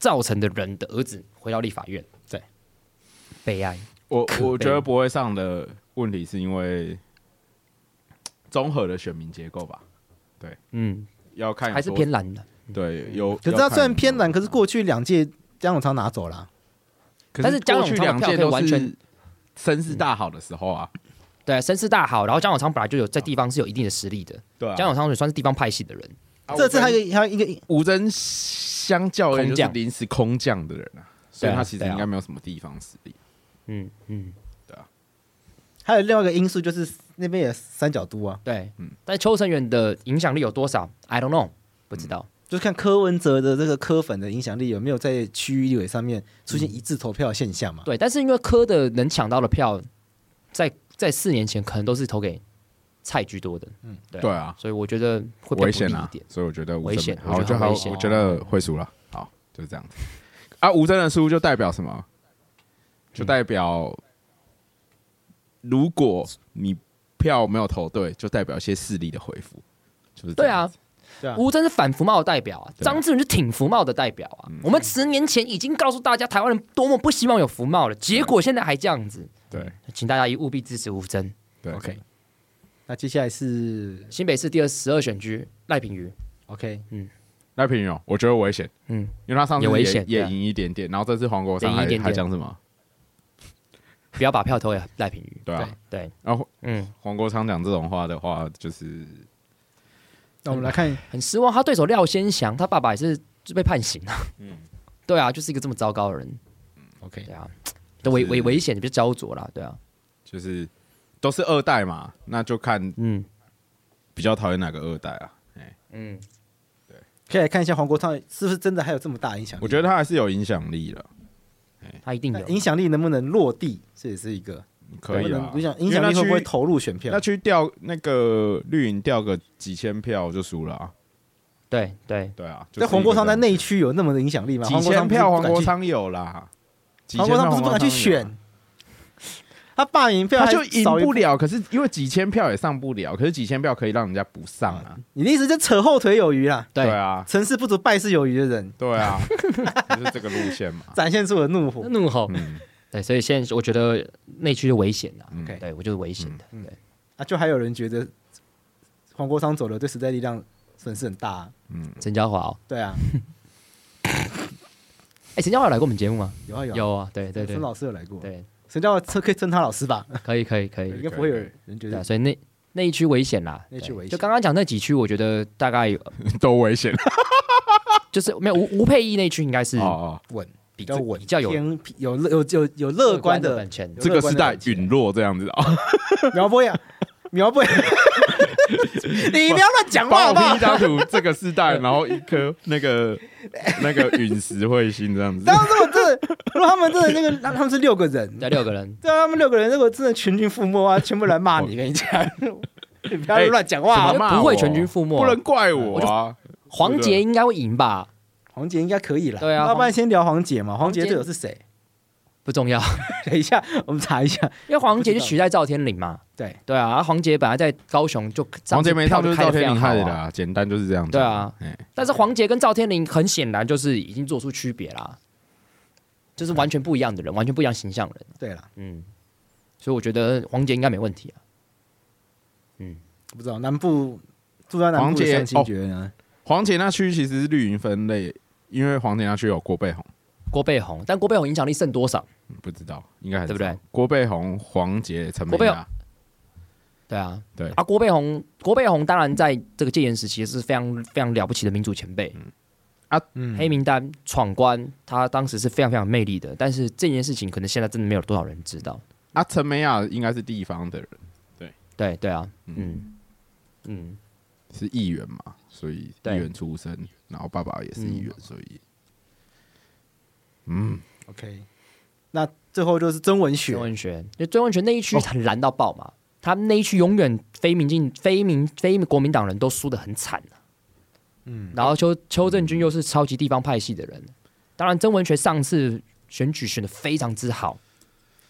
造成的人的儿子回到立法院，对，悲哀。我可我悲觉得不会上的问题是因为综合的选民结构吧，嗯，要看有还是多偏蓝的，对有。可是要他看虽然偏蓝，有可是过去两届江永昌拿走了，啊可但是江过永去昌的两票届可以都完是全声势大好的时候啊，对，声势大好。然后江永昌本来就有在地方是有一定的实力的，对啊。江永昌也算是地方派系的人，啊这次吴他征一个他一个吴征相较而言就是空降临时空降的人啊，所以对啊他其实对啊应该没有什么地方实力。嗯嗯。还有另外一个因素就是那边也三角都啊，对，嗯但邱成远的影响力有多少？I don't know，不知嗯道。就是看柯文哲的这个柯粉的影响力有没有在区域立委上面出现一致投票的现象啊嘛？嗯对，但是因为柯的能抢到的票，在在四年前可能都是投给菜居多的，对对啊，所以我觉得会比危较不险利啊一点。，所以我觉得吴危真险好，我就觉得好，很危险啊我觉得会输了，好，就是这样子。啊，吴真的输就代表什么？嗯就代表如果你票没有投对，就代表一些势力的回复，就是这对样啊子，对啊吴真是反服贸的代表啊，对嗯张志文是挺服贸的代表啊。我们十年前已经告诉大家台湾人多么不希望有服嗯贸了，结果现在还这样子，对请大家一务必支持吴真。对啊 OK，那接下来是新北市第二十二选区赖品妤， OK，赖平勇，我觉得危险，嗯，因为他上次也危也险对也啊赢一点点，然后这次黄国昌也赢还一点点还讲什么？不要把票投给赖品妤。对啊，对，然后嗯，黄国昌讲这种话的话，就是那我嗯们来看很失望。他对手廖先祥，他爸爸也是就被判刑啊。嗯，对啊，就是一个这么糟糕的人。 OK，对啊，都危危危险，比较焦灼啦。对啊，就是都是二代嘛，那就看嗯比较讨厌哪个二代啊。哎，嗯，可以来看一下黄国昌是不是真的还有这么大影响力？我觉得他还是有影响力了，他一定那有影响力能不能落地，这也是一个嗯可以能啊不能。影响影因为响那力会不会区投入选票那？去调那个绿营调个几千票就输了啊，对对，对啊。就是在黄国昌在一个内区有那么的影响力吗？这样黄几国昌千票，不是黄不敢国去昌有啦，几黄千国昌票不是不黄国敢去昌有啊选，，他罢免票他还就赢少于不。了。可是因为几千票也上不了，可是几千票可以让人家不上啊。你的意思就扯后腿有余啦，对啊，成事不足败事有余的人，对啊，就是这个路线嘛。展现出了怒火。怒吼。嗯，对，所以现在我觉得内区是危险的、嗯 OK 对我就是危险的，对，啊，就还有人觉得黄国昌走了对时代力量损失很大、啊。嗯陈嘉华哦，对啊，哎，陈嘉华有来过我们节目吗？有啊有啊，有啊，对对对孙，老师有来过，对，谁叫称可以称他老师吧？可以可以可应以，该不会有人觉对啊，得所以内内区危险啦，内区对危险就刚刚讲那几区，我觉得大概有 都危险。就是没有吴吴佩义那区应该是哦哦，稳，比较稳，比较有偏有有有有乐观的本钱，有这个乐观时的代感觉陨落这样子 啊，苗博雅，苗博雅，你不要乱讲话好啊帮我不拼好一？张图，这个世代，然后一颗那个 那个陨石彗星这样子当。然，如果真的，如果他们真的那个，那他们是六个人，对，六个人，对啊，他们六个人如果真的全军覆没啊，全部来骂你，跟你讲，你不要乱讲哎话怎就么。骂啊不会我全军覆没， 不能怪我啊！黄对杰应该会赢吧，黄杰应该可以啦，对啊要不然先聊黄杰嘛，黄杰黄杰队友是谁？不重要，等一下，我们查一下。 因为黄杰不知就道取代赵天林嘛，对对啊，啊黄杰本来在高雄就王杰没票上就是开赵得非天常林好害的啊，啦，简单就是这样子。对啊哎，但是黄杰跟赵天林很显然就是已经做出区别啦，就是完全不一样的人，完全不一样形象的人。对了，嗯，所以我觉得黄杰应该没问题啊。我不知道南部住在南黄部的杰相亲觉呢？黄杰那区其实是绿营分类，因为黄杰那区有郭贝红，郭贝红，但郭贝红影响力剩多少？嗯不知道应该还对是不对？郭贝红、黄杰、陈美郭贝娜宏，对啊，对啊，郭贝红，郭贝红当然在这个戒严时期是非常非常了不起的民主前辈。啊嗯，黑名单闯关，他当时是非常非常有魅力的，但是这件事情可能现在真的没有多少人知道。啊，陈美雅应该是地方的人，对对啊，嗯嗯，是议员嘛，所以议对员出身，然后爸爸也是议员，所以 OK，那最后就是曾文学曾，文学，就曾文学那一哦区很蓝到爆嘛，他那一区永远非民进、非民、非国民党人都输得很惨、啊、嗯，然后邱邱正军又是超级地方派系的人，当然曾文学上次选举选的非常之好，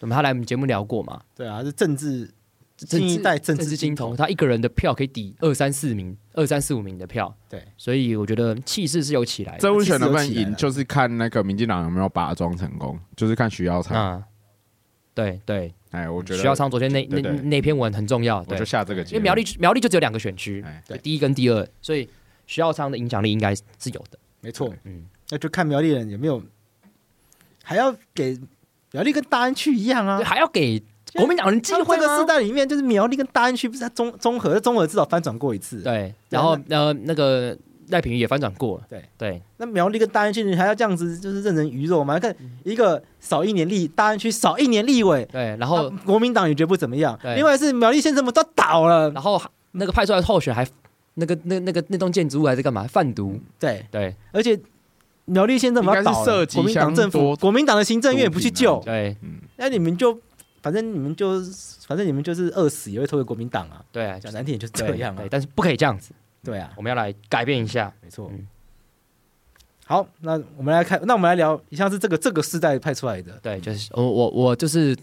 那么他来我们节目聊过嘛，对啊，是政治政新一治代政治治金金童童，，他一个人的票可以抵二三四名、二三四五名的票，对，所以我觉得气势是有起来的。这文选能不能其实有起来赢，了就是看那个民进党有没有把它装成功，就是看徐耀昌。啊，对对，哎，我觉得徐耀昌昨天那那对对那篇文很重要，我对就，下这个结因为论。苗栗苗栗就只有两个选区哎，就第一跟第二，所以徐耀昌的影响力应该是有的。没错，嗯那就看苗栗人有没有，还要给苗栗跟大安区一样啊对，。还要给国民党人机他们会这个世吗？代里面，就是苗栗跟大安区不是在综综合，综合至少翻转过一次。对，然后呃那个赖品妤也翻转过了，对对那苗栗跟大安区，你还要这样子，就是任人鱼肉吗？看一个少一年立，大安区少一年立委，对，然然后后国民党也觉得不怎么样。对另外是苗栗县政府都倒了，然后那个派出来的候选还那个那那个那栋建筑物还在干嘛？贩毒，对，对而且苗栗县政府要应该倒是了涉及国民党政相府，多国民党的行政院也不去毒救品，对那你们就反正你们就反正你们就是饿死也会投给国民党啊，对啊，就讲是难听点就是这对样啊对，，但是不可以这样子，对啊，我们要来改变一下。没错嗯。好，那我们来看，那我们来聊一下是这个这个世代派出来的，对，就是我我我就是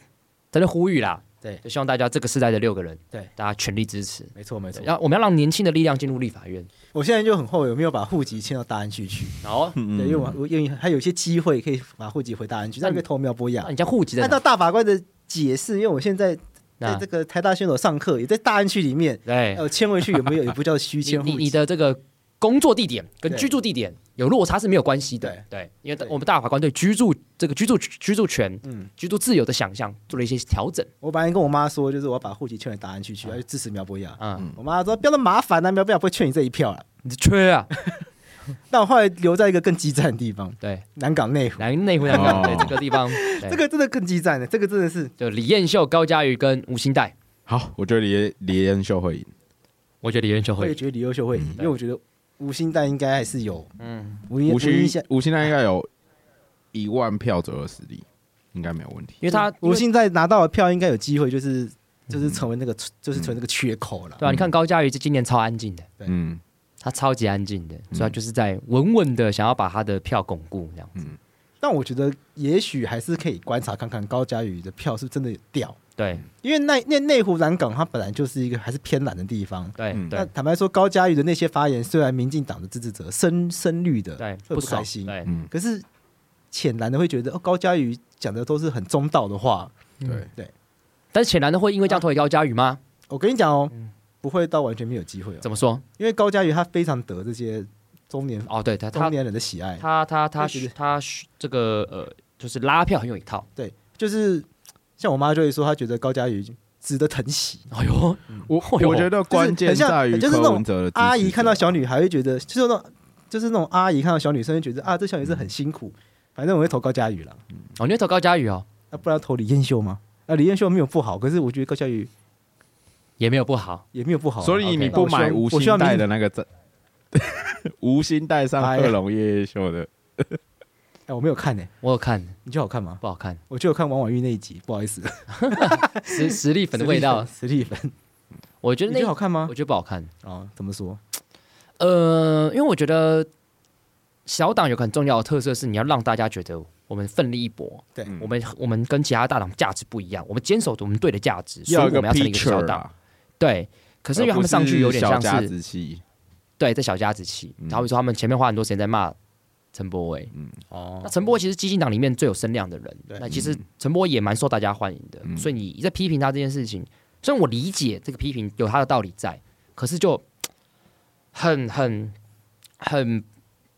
在这呼吁啦，对就希望大家这个时代的六个人，对，大家全力支持，没错没错对。要我们要让年轻的力量进入立法院，我现在就很后悔，我没有把户籍迁到大安区去，然后对，因为我我因为还有一些机会可以把户籍回大安区，嗯那那你个投苗博雅那。你家户籍在按照哪？大法官的解释，因为我现在在那这个台大宣所上课，也在大安区里面，对，呃，迁回去有没有也不 叫虚你迁户你籍，你的这个工作地点跟对居住地点有落差是没有关系的，对，因为对我们大法官对居住这个居住居住权、嗯，居住自由的想象做了一些调整，我本来跟我妈说，就是我要把户籍迁回大安区去，要去支持苗博雅。嗯，我妈说不要那么麻烦啊，苗博雅不会劝你这一票了。你缺啊，但我后来留在一个更激战的地方，对，南港内湖，来内湖南港哦对这个地方，这这个真的更激战的，这个真的是就李彦秀、高嘉瑜跟吴兴代，好，我觉得李李彦秀会赢。我觉得李彦秀我也会，觉得李优秀会赢，因为我觉得吴兴代应该还是有嗯，吴兴吴吴兴兴吴兴他应该有一万票左右的实力，应该没有问题。因为他嗯吴因为嗯兴代拿到的票应该有机会，就是就是成为那个就是成为那个缺口了。对啊，你看高嘉瑜这今年超安静的，对嗯，他超级安静的，所以他就是在稳稳的想要把他的票巩固这样。但我觉得也许还是可以观察看看高嘉宇的票是不是真的有掉，对因为内内内湖南港它本来就是一个还是偏蓝的地方。对嗯那对坦白说，高嘉宇的那些发言，虽然民进党的支持者深深绿的对，会不爽开心，对 嗯，可是浅蓝的会觉得哦，高嘉宇讲的都是很中道的话。对，但是浅蓝的会因为这样投给高嘉瑜吗？我跟你讲哦，嗯不会到完全没有机会哦，怎么说？因为高嘉宇他非常得这些中年哦，对他中他年人的喜爱，他他他我觉得他这个呃，就是拉票很有一套。对，就是像我妈就会说，她觉得高嘉宇值得疼惜。哎呦，我哎呦我觉得关键在于就是很像就是那种柯文哲的支持者阿姨看到小女孩会觉得，就是那种就是那种阿姨看到小女生会觉得啊，这小女生很辛苦。反正我会投高嘉宇了，哦，你会投高嘉瑜哦，那、不然投李彦秀吗？啊，李彦秀没有不好，可是我觉得高嘉宇也没有不好。也没有不好啊、所以你不买吴我需要兴代的那个赞， 吴兴代上贺龙夜夜秀的，哎、我没有看呢、我有看，你觉得好看吗？不好看，我就有看王婉玉那一集，不好意思，实实力 粉的味道，实力粉，我觉你得觉那得好看吗我？觉得不好看。哦，怎么说？呃，因为我觉得小党有个很重要的特色是，你要让大家觉得我们奋力一搏，对嗯我们我们跟其他大党价值不一样，我们坚守着我们对的价值，所以要有我个们要成立一个小 picture 党。啊。对，可是因为他们上去有点而像不是小家是子气，对在小家子气，嗯然后比如说他们前面花很多时间在骂陈柏伟，哦那陈柏伟其实激进党里面最有声量的人，对嗯那其实陈柏伟也蛮受大家欢迎的，嗯所以你在批评他这件事情，虽然我理解这个批评有他的道理在，可是就很很很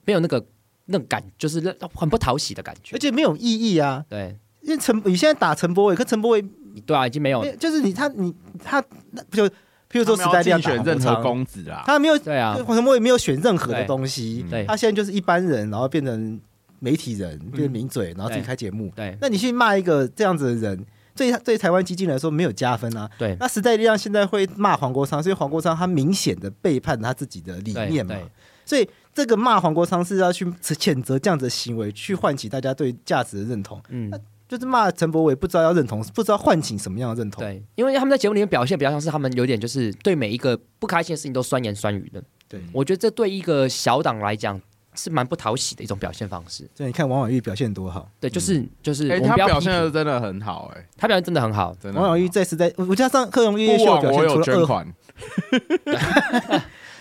没有那个那个感，就是让很不讨喜的感觉而。且没有意义啊，对，因为陈你现在打陈柏伟，可陈柏伟对啊，已经没有没有就是你他你他那就譬如说时他们代要力量竞打选洪任何昌公子啊，他没有对啊对，黄晨波也没有选任何的对嗯东西，对他现在就是一般人，然后变成媒体人，变成名嘴，然后自己嗯对开节目。对那你去骂一个这样子的人，对对台湾激进来说没有加分啊。对那时代力量现在会骂黄国昌，所以黄国昌他明显的背叛他自己的理对念嘛对。所以这个骂黄国昌是要去谴责这样子的行为，去唤起大家对价值的认同。嗯，就是骂陈柏伟不知道要认同，不知道唤起什么样的认同。对，因为他们在节目里面表现比较像是他们有点就是对每一个不开心的事情都酸言酸语的，对我觉得这对一个小党来讲是蛮不讨喜的一种表现方式。所以你看王婉玉表现多好，对，就是、就是我哎，们不他要表批现评的真的很好，哎，他表现真的很好，真的王很好。婉玉在时代，我我加上克隆夜夜不秀枉表我现除有了捐二款，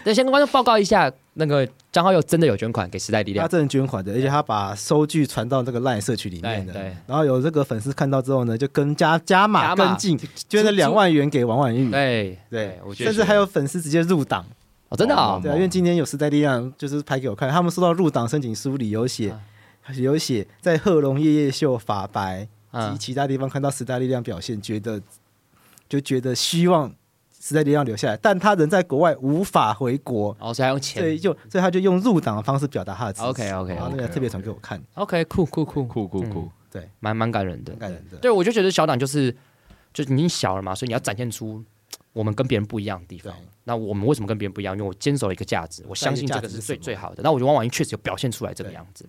对，先跟观众报告一下，那个张浩佑真的有捐款给时代力呃他量，真的捐款的，而且他把收据传到这个赖社区里面的。对对然后有这个粉丝看到之后呢，就跟加加码加码跟进，捐了两万元给王婉玉。对对，我觉甚得至还有粉丝直接入党。哦，真的啊、哦对啊，因为今年有时代力量就是拍给我看，他们收到入党申请书里有写啊，有写在贺龙夜夜秀法白啊及嗯，其他地方看到时代力量表现，觉得就觉得希望时代力量留下来，但他人在国外无法回国。哦，所以还用所以钱就所以他就用入党的方式表达他的支持。哦 OK，OK，然后那个 OK，特别传给我看， ，OK，酷酷酷，酷酷酷，嗯对，蛮蛮感人的很。感人的。对，我就觉得小党就是就你已经小了嘛，所以你要展现出我们跟别人不一样的地方对。那我们为什么跟别人不一样？因为我坚守了一个价值，我相信这个价是最值是什么最好的。那我觉得汪婉莹确实有表现出来这个对样子，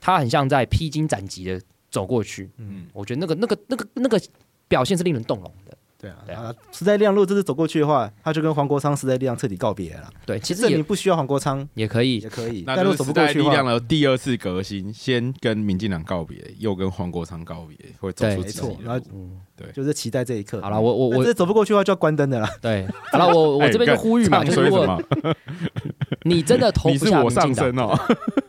她很像在披荆斩棘的走过去。嗯嗯，我觉得那个那个那个那个表现是令人动容的。对啊，对啊啊，时代力量如果这次走过去的话，他就跟黄国昌时代力量彻底告别了啦。对，其实证明也不需要黄国昌也可以也，可以，那但如果就是走时不过代去力的话量的第二次革新，先跟民进党告别，又跟黄国昌告别，会走对出自没己错，的然后路。嗯，就是期待这一刻。好了，我我但我是走不过去的话就要关灯的 啦。对，好了， 我我哎这边就干呼吁嘛，唱就是衰如果什么你真的投你不是下我民进党上身，哦， 对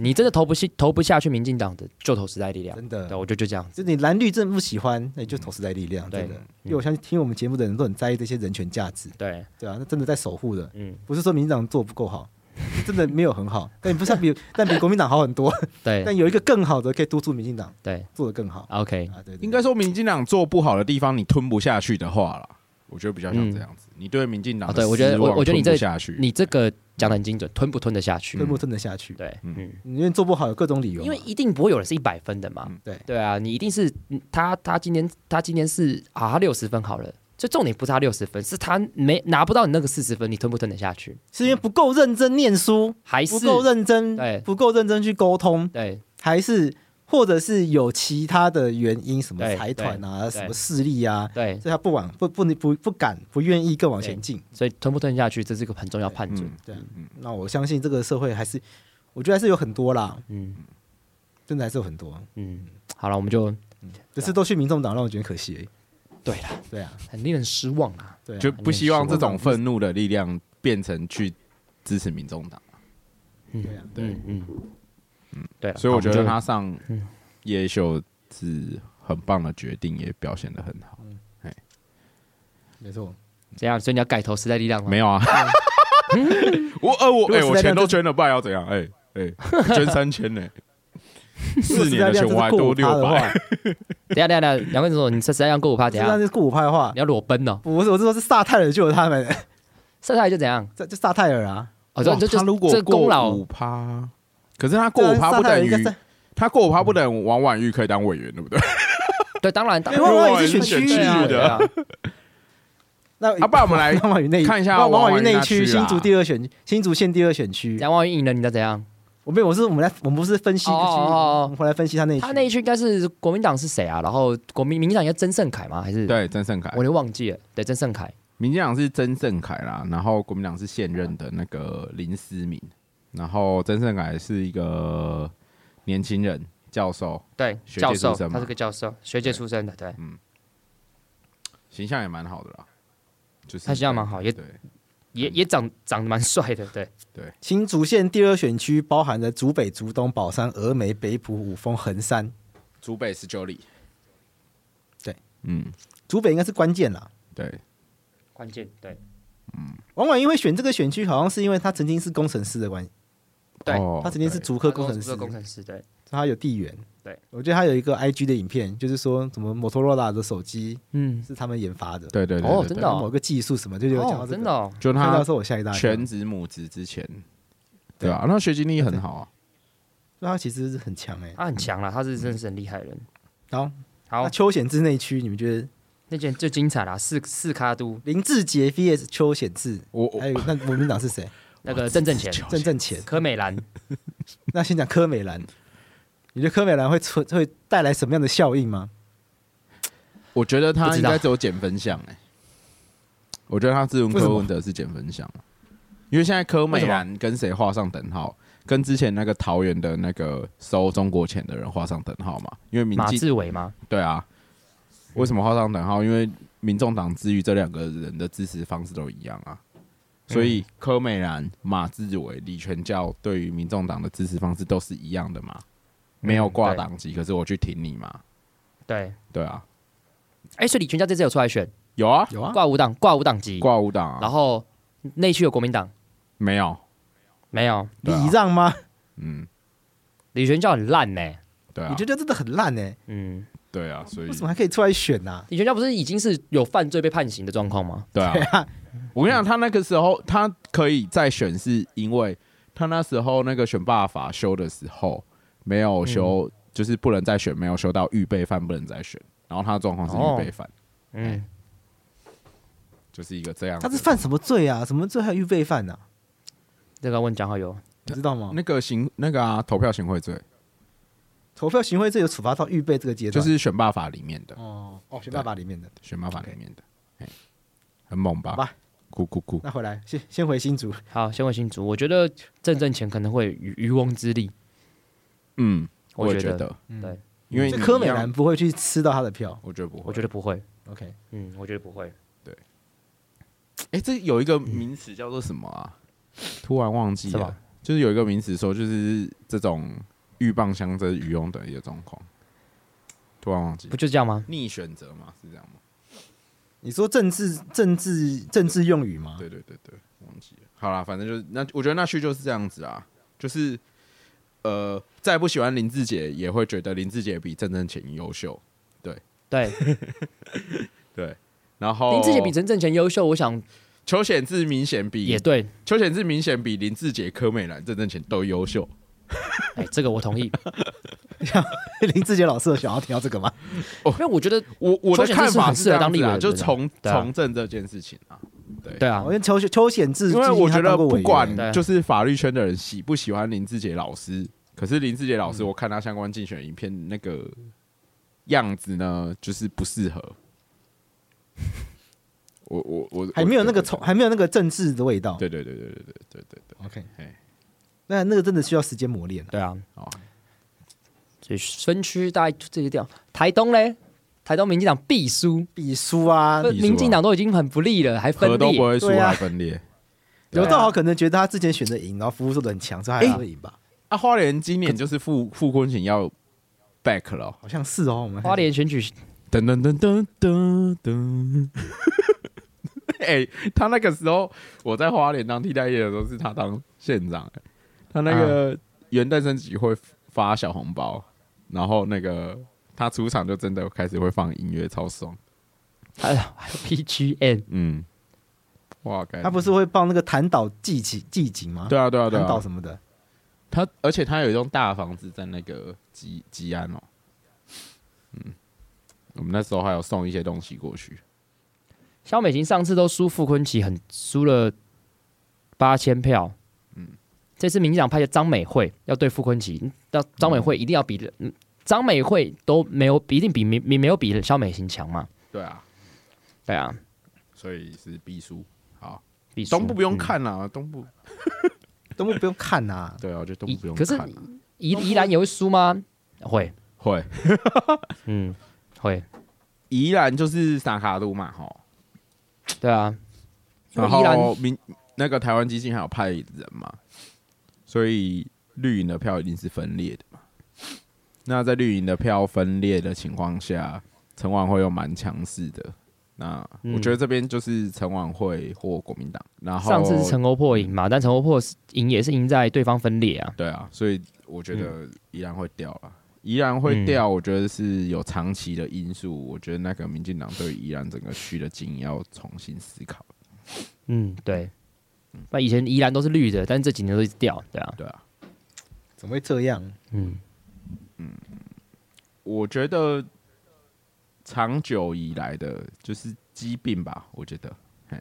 你真的投不下投不下去民进党的，就投时代力量。真对，啊的，我就就这样子。就你蓝绿政不喜欢，那你就投时代力量，嗯对真的。因为我相信听我们节目的人都很在意这些人权价值，对，对啊，那真的在守护的，嗯，不是说民进党做不够 好，是真的没有很好，但不是比但比国民党好很多，对但有一个更好的可以督促民进党对做得更好，OK，啊，对，对应该说民进党做不好的地方，你吞不下去的话啦，我觉得比较像嗯这样子。你对民进党啊的对我觉得失望我我觉得你吞这不下去，你这个讲的很精准，吞不吞得下去推？不吞得下去，对，嗯啊嗯，你因为做不好有各种理由嘛，因为一定不会有人是一百分的嘛嗯。对对啊，你一定是嗯他他今天他今天是啊他六十分好了。就重点不是他六十分，是他没拿不到你那个四十分，你吞不吞得下去？是因为不够认真念书，还是不够认真对，不够认真去沟通，对还是或者是有其他的原因，什么对财团啊，对什么势力啊，对，所以他不往不不不不敢不愿意更往前进。所以吞不吞下去，这是一个很重要判准嗯。对啊，那我相信这个社会还是，我觉得还是有很多啦，嗯真的还是有很啊多。嗯，好了，我们就只是都去民众党，让我觉得很可惜而已。对了，对啊，很令人失望啊。对啊，就不希望这种愤怒的力量变成去支持民众党。嗯对啊对嗯嗯嗯，对了，所以我觉得好他上嗯夜秀是很棒的决定，也表现的很好。没错。我们就这样，所以你要改投时代力量吗？没有啊， 我呃嗯如我果哎、时代我力量钱都真捐了，不然要怎样？哎、哎、捐三 千呢、四年的钱如我果还时代力量真是过多五趴的六百话，，等一下等一下等一下，杨贵总，你这时代力量过五趴，这怎样样？是过五趴的 话你，要裸奔哦？不是，我是说是撒泰尔救了他们， 剩下来就怎样？这就撒泰尔啊。哦，这哇这就他如果这过功劳五趴，可是他过五趴撒不泰等尔应该于是哎他过五趴不等于王婉玉可以当委员，对不对？对，当然当因然为王婉婉瑜瑜是是选选区区域域对的啊，那啊，不然我们来 王婉瑜那一看一下那王王婉婉瑜瑜那一那区，区啊啦新竹第二选，新竹县第二选区。 杨万玉赢了，你再怎样？我没有，我是我们来，我们不是分析，哦哦哦哦我们回来分析他那一区他那一区应该是国民党是谁啊？然后国民民进党应该曾盛凯吗？还是？对，曾盛凯我有，点忘记了。对，曾盛凯。民进党是曾盛凯啦，然后国民党是现任的那个林思明，然后曾盛凯是一个年轻人教授，对，学界教授，出身嘛嗯他是个教授，学界出身的，对，形象也蛮好的啦，就是他形象蛮好也对也也长长得蛮帅的，对，新竹县第二选区包含了竹北、竹东、宝山、峨眉、北埔、五峰、横山。竹北十九里，对，嗯，竹北应该是关键啦。对，关键哦对，王婉英会选这个选区，好像是因为他曾经是工程师的关系，对哦他曾经是对竹科工程师，做工程师，对，他有地缘。对，我觉得他有一个 IG 的影片，就是说什么摩托罗拉的手机嗯，是他们研发的，对对对哦对对真的哦某个技术什么，就是有讲到哦，这真的个。哦，就看到他的时候我吓一大跳，全职母职之前，对啊，那学经历很好啊，那他其实是很强哎。他很强啦，他是真的是很厉害的人。好，好那，邱显志那一区，你们觉得那件就精彩啦，四四咖都林志杰 VS 邱显志，我我哦还有那国民党是谁？ 那个郑正前、郑正乾。柯美兰， 那先讲柯美兰，你觉得柯美兰会存会带来什么样的效应吗？我觉得不他知应道该只有减分项哎、我觉得他自文为什柯么文哲是减分项，啊因为现在柯美兰跟谁画上等号？跟之前那个桃园的那个收中国钱的人画上等号嘛？因为民马进志伟吗？对啊，为什么画上等号？因为民众党之于这两个人的支持方式都一样啊，所嗯以柯美兰、马志伟、李全教对于民众党的支持方式都是一样的嘛？没有嗯挂对党籍，可是我去挺你嘛？对，对啊，哎，所以李全家这次有出来选，有啊，有啊，挂五党，挂五党籍，挂五党啊，然后内区有国民党，没有。没有，对啊礼让吗？嗯，李全教很烂呢，对啊，我觉得真的很烂哎，嗯，对啊，所以为什么还可以出来选啊呐？李全教不是已经是有犯罪被判刑的状况吗？对啊对，啊，我跟你讲，他那个时候他可以再选，是因为他那时候那个选罢法修的时候没有修，嗯就是不能再选，没有修到预备犯不能再选，然哦后他的状况是预备犯，嗯，就是一个这样子他的。是犯什么罪啊？什么罪还有预备犯呢？这个要问蒋浩友，你知道吗？那个行那个啊投票行贿罪，投票行贿罪有处罚到预备这个阶就段，是选罢法里面的，哦哦，选爸爸里面的。选罢法里面的，哎，很猛吧？好吧，咕咕咕，那回来先先回新竹，好，先问新竹，我觉得正正前可能会渔渔翁之利，嗯，我也觉觉得，得，对，因为所以你柯美一样兰，不会去吃到他的票。我觉得不会，我觉得不会， OK，嗯，我觉得不会，哎、这有一个名词叫做什么啊？突然忘记嗯什了么，就是有一个名词说，就是这种鹬蚌相争、渔翁得利的状况。突然忘记不，就这样吗？逆选择嘛，是这样吗？你说政治政治政治用语嗯吗？对对对对，忘记了。好啦，反正就是那，我觉得那序就是这样子啦，就是呃，再不喜欢林志杰，也会觉得林志杰比郑正前优秀。对，对，然后林志杰比郑正前优秀，我想邱显志明显比也对，邱显志明显比林志杰、柯美兰、郑正前都优秀。哎，这个我同 意， 林志杰老师有想要听到这个吗？因为我觉得我我的邱显志看是法很是适这合样当立子啊委的就人从对啊从政这件事情啊，对啊因，为邱邱显志，因为我觉得不管对就是法律圈的人喜不喜欢林志杰老师，可是林志杰嗯老师，我看他相关竞选影片那个样子呢，就是不适合。我我我还没有那个我从还没有那个政治的味道。对对对对对对对对对 OK，嘿那那个真的需要时间磨练啊。对啊，哦，所以分区大概就这些地方，台东嘞，台东民进党必输，必输啊！输啊民进党都已经很不利了，还分和都不裂，会啊输对啊还分裂。刘道豪可能觉得他之前选择赢，然后服务做的很强，所以他还是会赢吧？啊，花莲今年就是傅傅昆萁要 back 了哦，好像是哦，我们花莲选举噔噔噔噔噔噔。 哎、他那个时候我在花莲当替代役的时候，是他当县长、哎他那个啊元旦升旗会发小红包，然后那个他出场就真的开始会放音乐，超爽。还有还有 PGN，嗯，哇，该他不是会帮那个弹岛祭旗祭景吗？对啊对啊对弹岛啊，什么的，他而且他有一栋大房子在那个吉吉安哦。嗯，我们那时候还有送一些东西过去。肖美琴上次都输傅昆奇很输了八千票，嗯，这次民进党派的张美惠要对傅昆奇，那张美惠一定要比，嗯张美惠都没有一定比没没没有比肖美琴强嘛，对啊，对啊，所以是必输。好，比输东部不用嗯看啦、东部都不用看呐。对啊，我觉得东宜部不用可是看、啊。宜宜兰也会输吗？会，会嗯，会，宜兰就是萨卡鲁嘛，吼，对啊，因为然宜兰后民那个台湾基金还有派人嘛，所以绿营的票一定是分裂的嘛。那在绿营的票分裂的情况下，陈婉会又蛮强势的。那嗯我觉得这边就是陈婉会或国民党，然后上次是陈欧破赢嘛，但陈欧破是赢也是赢在对方分裂啊，对啊，所以我觉得依然会掉了，依然会掉。我觉得是有长期的因素，我觉得那个民进党对宜兰整个区的经营要重新思考。嗯，对，那以前宜兰都是绿的，但这几年都一直掉，对啊，对啊， 怎么会这样？嗯，我觉得长久以来的就是疾病吧，我觉得，嘿，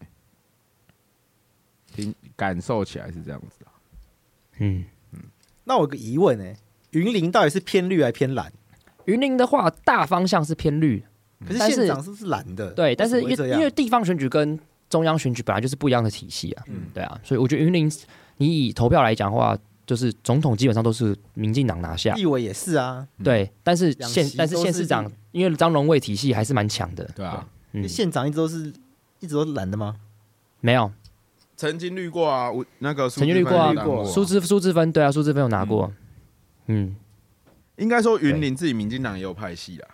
听感受起来是这样子啊。嗯。那我有个疑问呢，云林到底是偏绿还偏蓝？云林的话，大方向是偏绿，嗯可是但是县长是不是蓝的？对，但是因为什么为会因这为样地方选举跟中央选举本来就是不一样的体系啊，嗯对啊，所以我觉得云林，你以投票来讲的话，就是总统基本上都是民进党拿下，立委也是啊，对，但是两县席但是都县是市长绿因为张荣卫体系还是蛮强的，对啊，因为嗯，县长一直都是一直都是蓝的吗？没有曾经绿过啊，我那个曾经绿过啊苏苏志志苏志芬对啊，苏志芬有拿过，嗯，应该说云林自己民进党也有派系啦。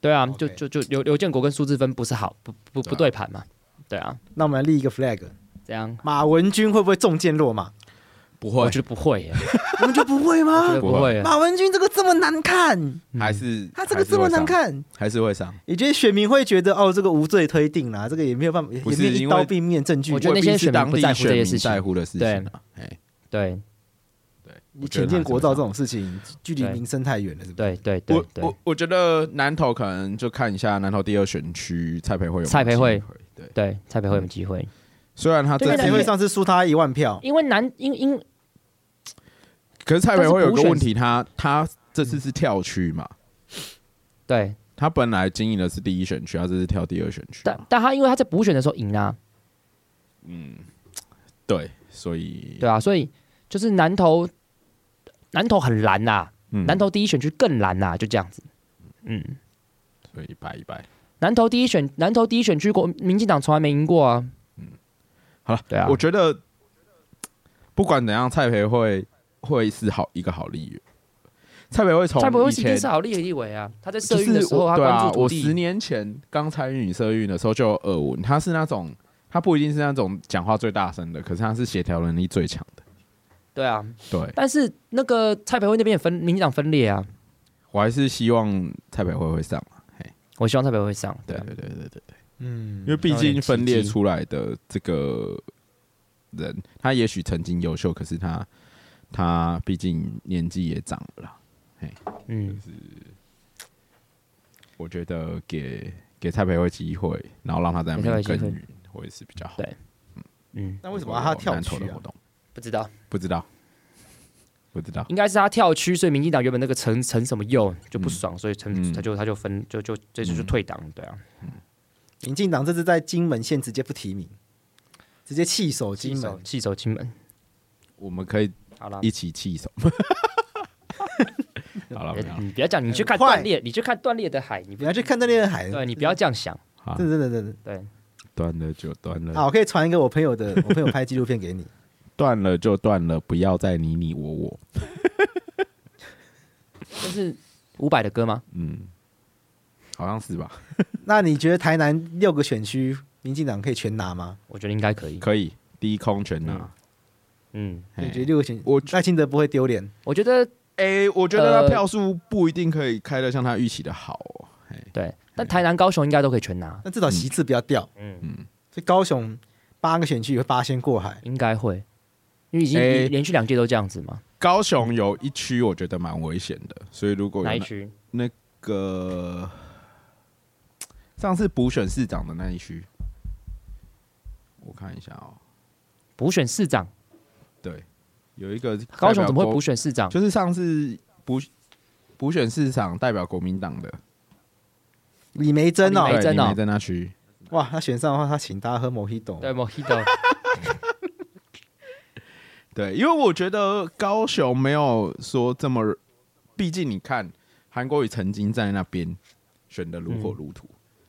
对啊， OK 就就就刘刘建国跟苏志芬不是好不不对啊不对盘嘛，对啊，那我们来立一个 flag，这样马文君会不会中箭落马？不我会，觉得不会耶，你们就不会我觉吗得？不不会会耶，马文君这个这么难看，还是嗯他这个这么难，看，还是会上。你觉得选民会觉得哦，这个无罪推定啦、这个也没有办法，也不是没有一因刀为毙命证据我。觉得那些选民不在乎这些事情我觉得是当地选民在乎的事情啊。哎，对你浅见国造这种事情，距离对民生太远了，是不是？对对对我对我我觉得南投可能就看一下南投第二选区蔡培慧有没有蔡培慧机会，对，对，蔡培慧有机会。虽然他对这那谁因会为上次输他一万票？因为南因因可是蔡培慧有个问题，他他这次是跳区嘛，对，他本来经营的是第一选区，他这次跳第二选区但嘛，但他因为他在补选的时候赢啊啦、对，所以对啊，所以就是南投，南投很蓝呐、嗯南投第一选区更蓝呐、就这样子。嗯，所以拜一拜。南投第一选南投第一选区国民进党从来没赢过啊。嗯好了，对啊我觉得不管怎样，蔡培慧会是好一个好立委。蔡培慧从蔡伯威以一定前是好立立委啊，他在社就运的是时候，我他对啊关，注我土十地。年前刚参与社运的时候就有耳闻，他是那种他不一定是那种讲话最大声的，可是他是协调能力最强的。对啊，对，但是那个蔡培慧那边也分民进党分裂啊，我还是希望蔡培慧会上嘛。我希望蔡培慧上。对啊对对对对，嗯因为毕竟分裂出来的这个人，他也许曾经优秀，可是他他毕竟年纪也长了啦。嗯，我觉得给给蔡培慧机会，然后让他在那边给蔡培耕慧机会耘，我也是比较好。对嗯，那为什么他跳南投区的啊活？动？不知道，不知道，不知道。应该是他跳区，所以民进党原本那个陈陈什么佑就不嗯爽，所以陈、嗯他就他就分就就这次就嗯退党，对啊，民进党这次在金门县直接不提名，直接弃守金门。弃守金门，我们可以好了一，起 弃守。好了，没有别了你不要讲，你去看很快断裂，你去看断裂的海，你你要去看那恋海，对你不要这样想，好真，的，真的真的对，断了就断啊！了，我可以传一个我朋友的， 我朋友拍纪录片给你。断了就断了，不要再你你我我。这是伍佰的歌吗？嗯，好像是吧？那你觉得台南六个选区，民进党可以全拿吗？我觉得应该可以，可以，低空全拿嗯。嗯，嘿你觉得六个选，我赖清德不会丢脸？我觉得哎，我觉得呃他票数不一定可以开的像他预期的好哦。嘿对，但台南、高雄应该都可以全拿，但至少席次不要掉。嗯，嗯，所以高雄八个选区有八仙过海，应该会，因为已经哎连连续两届都这样子嘛，高雄有一区我觉得蛮危险的，所以如果有哪一那区？那个上次补选市长的那一区，我看一下哦、补选市长，对，有一个高雄怎么会补选？选市长？就是上次补补选市长代表国民党的，李梅珍哦李，梅对，珍你哦没在那区，哇，他选上的话，他请大家喝 Mojito。对，Mojito，啊 对，因为我觉得高雄没有说这么，毕竟你看韩国瑜曾经在那边选的如火如荼，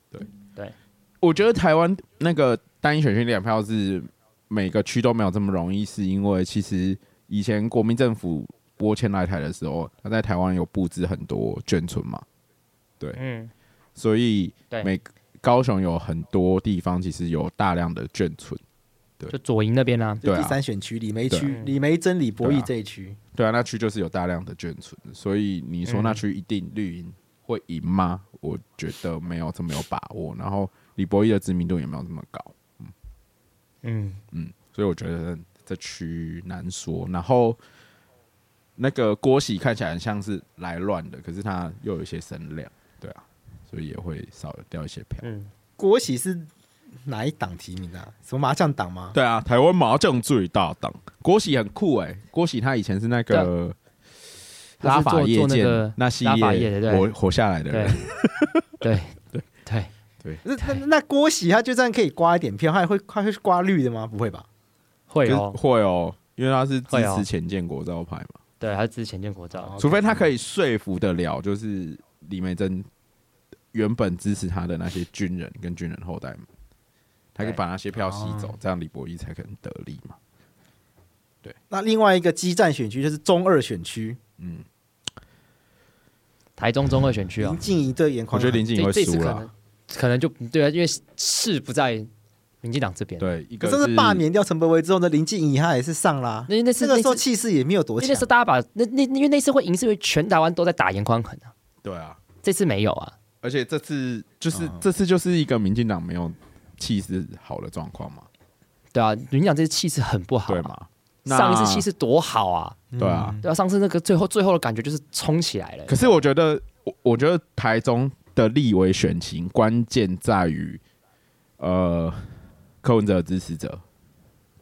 对对，我觉得台湾那个单一选区两票是每个区都没有这么容易，是因为其实以前国民政府拨迁来台的时候，他在台湾有布置很多眷村嘛，嗯，所以对每高雄有很多地方其实有大量的眷村，就左营那边啦，就对第啊，三选区李梅对区啊，李梅珍、李博对义啊这一区，对啊，那区就是有大量的眷村，所以你说那区一定绿营会赢吗？我觉得没有这么有把握，然后李博义的知名度也没有这么高，嗯，嗯，所以我觉得这区难说。然后那个郭喜看起来很像是来乱的，可是他又有一些声量，对啊，所以也会少掉一些票。嗯，国喜是哪一党提名的啊？什么麻将党吗？对啊，台湾麻将最大档，郭喜很酷哎、郭喜他以前是那个对拉啊他是做法夜做那剑个那系拉法列夜的对活活下来的对人，， 对，对，那那那郭喜他就这样可以刮一点票，他还会他会刮绿的吗？不会吧？会就是哦，会哦，因为他是支会哦持前建国招牌嘛，对，他之前见国照，除非他可以说服得了，就是李梅珍原本支持他的那些军人跟军人后代们，他可以对把那些票吸哦走，这样李博义才可能得利嘛。那另外一个激战选区就是中二选区，嗯，台中中二选区哦林，静怡对眼我眶，啊觉得林静怡这会这次输可了能，可能就对啊，因为事不在民进党这边，对，一啊可是个这次罢免掉陈柏维之后呢，林静怡她也是上啦。那那次那个那时候次气势也没有多因强啊为那时候，大家把那那因为那次会赢，是因为全台湾都在打严宽衡啊，对啊，这次没有啊，而且这次就是、哦这次就是一个民进党没有气势好的状况嘛，对啊，民进党这次气势很不好、对啊，嘛？那上一次气势多好啊，对啊。对啊，上次那个最后最后的感觉就是冲起来了、可是我觉得，我我觉得台中的立委选情关键在于，呃，柯文哲的支持者，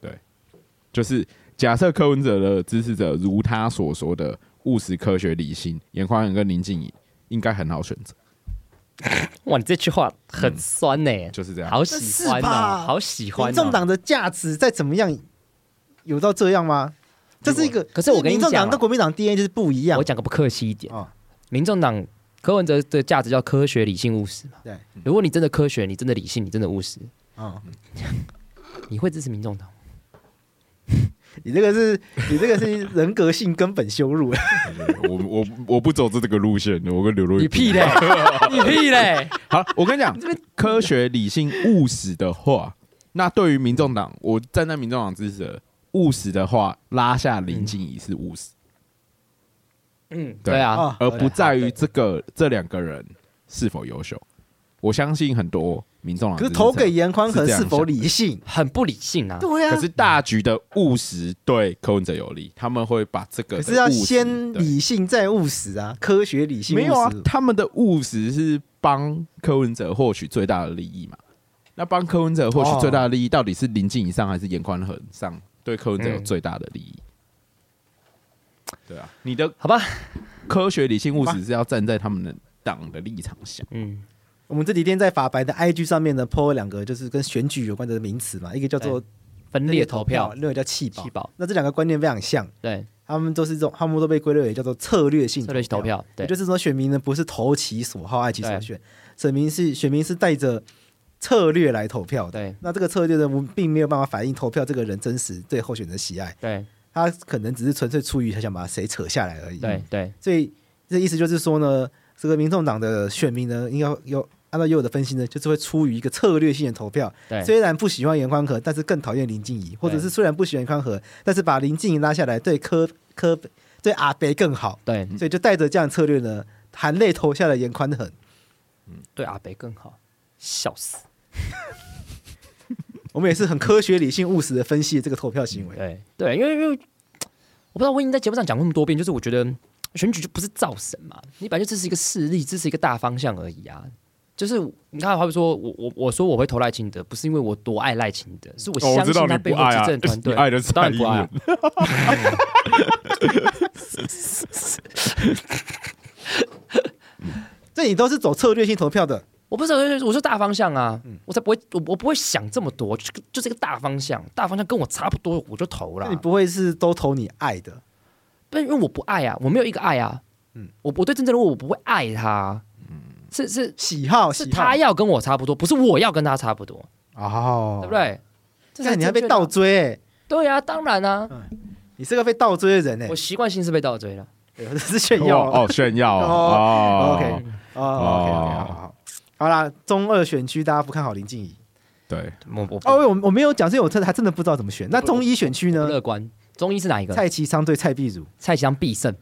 对，就是假设柯文哲的支持者如他所说的，务实、科学、理性，严宽仁跟林静怡应该很好选择，哇，你这句话很酸呢、就是这样。好喜欢是哦，吧好喜欢、哦。民众党的价值再怎么样，有到这样吗？这是一个，可是我跟你民众讲党啊跟国民党 DNA 就是不一样我。讲个不客气一点，哦民众党柯文哲的价值叫科学、理性、务实嘛。对，如果你真的科学，你真的理性，你真的务实，啊，你会支持民众党？你这个是，你这个是人格性根本羞辱。我我我不走这个路线，我跟刘若英你不一屁样嘞！ 你屁 嘞！好，我跟 你讲，科学、理性、务实的话，那对于民众党，我站在民众党支持者，务实的话，拉下林静怡是务实，嗯，对对 啊，啊，而不在于这个这两个人是否优秀。我相信很多民众党可支是持者，投给严宽啊是恒这样是否想的理性？很不理性啊。对啊可，是大局的务实对柯文哲有利，他们会把这个可的是要务实先对理性再务实啊，科学理性没有啊务实，他们的务实是帮柯文哲获取最大的利益嘛？那帮柯文哲获取最大的利益，到底是临近以上还是严宽衡上？对柯文哲有最大的利益？对啊，你的好吧，科学理性务实是要站在他们的党的立场想。嗯，我们这几天在法白的 IG 上面呢，po 了两个就是跟选举有关的名词嘛，一个叫做分裂投票，另外叫弃保弃。保，那这两个观念非常像，对，他们都是这种，他们都被归类为叫做策略性策略性投票，也对，嗯就是说选民呢不是投其所好爱其所对选，选民是选民是带着策略来投票的。对，那这个策略呢，我们并没有办法反映投票这个人真实对候选人的喜爱，对，他可能只是纯粹出于他想把谁扯下来而已。对，对，所以这意思就是说呢，这个民众党的选民呢，应该有按照也有的分析呢，就是会出于一个策略性的投票。对，虽然不喜欢严宽和，但是更讨厌林静怡，或者是虽然不喜欢严宽和，但是把林静怡拉下来，对柯柯对阿北更好，对，所以就带着这样的策略呢，含泪投下了严宽恒。对，阿北更好，笑死。我们也是很科学、理性、务实的分析这个投票行为。对对，因为因为我不知道我已经在节目上讲过那么多遍，就是我觉得选举就不是造神嘛，你本来就只是一个势力，只是一个大方向而已啊。就是你看，好比说我我我说我会投赖清德，不是因为我多爱赖清德，是我哦我相知道信他你背不后爱执啊政团队， 你爱的是当然蔡不爱、啊英。这你都是走策略性投票的，我不是，我说大方向啊，嗯我才不会，我我不会想这么多，就就这个大方向，大方向跟我差不多，我就投那了你。不会是都投你爱的？不，因为我不爱啊，我没有一个爱啊。嗯，我我对政治人物我不会爱他。嗯，是是喜好是喜好他要跟我差不多，不是我要跟他差不多，哦，对不？对？这才但你还被正确的啊倒？追、欸，对啊，当然啊，你是个被倒追的人哎、我习惯性是被倒追了。欸，这是 炫啊耀哦哦，炫耀哦哦 OK 哦，OK OK，好好好，好啦，中二选区大家不看好林静怡对，我我哦，我我没有讲，所以我真的还真的不知道怎么选。那中一选区不呢？乐观。中医是哪一个？蔡呃蔡其昌对蔡碧如，你蔡其昌必胜。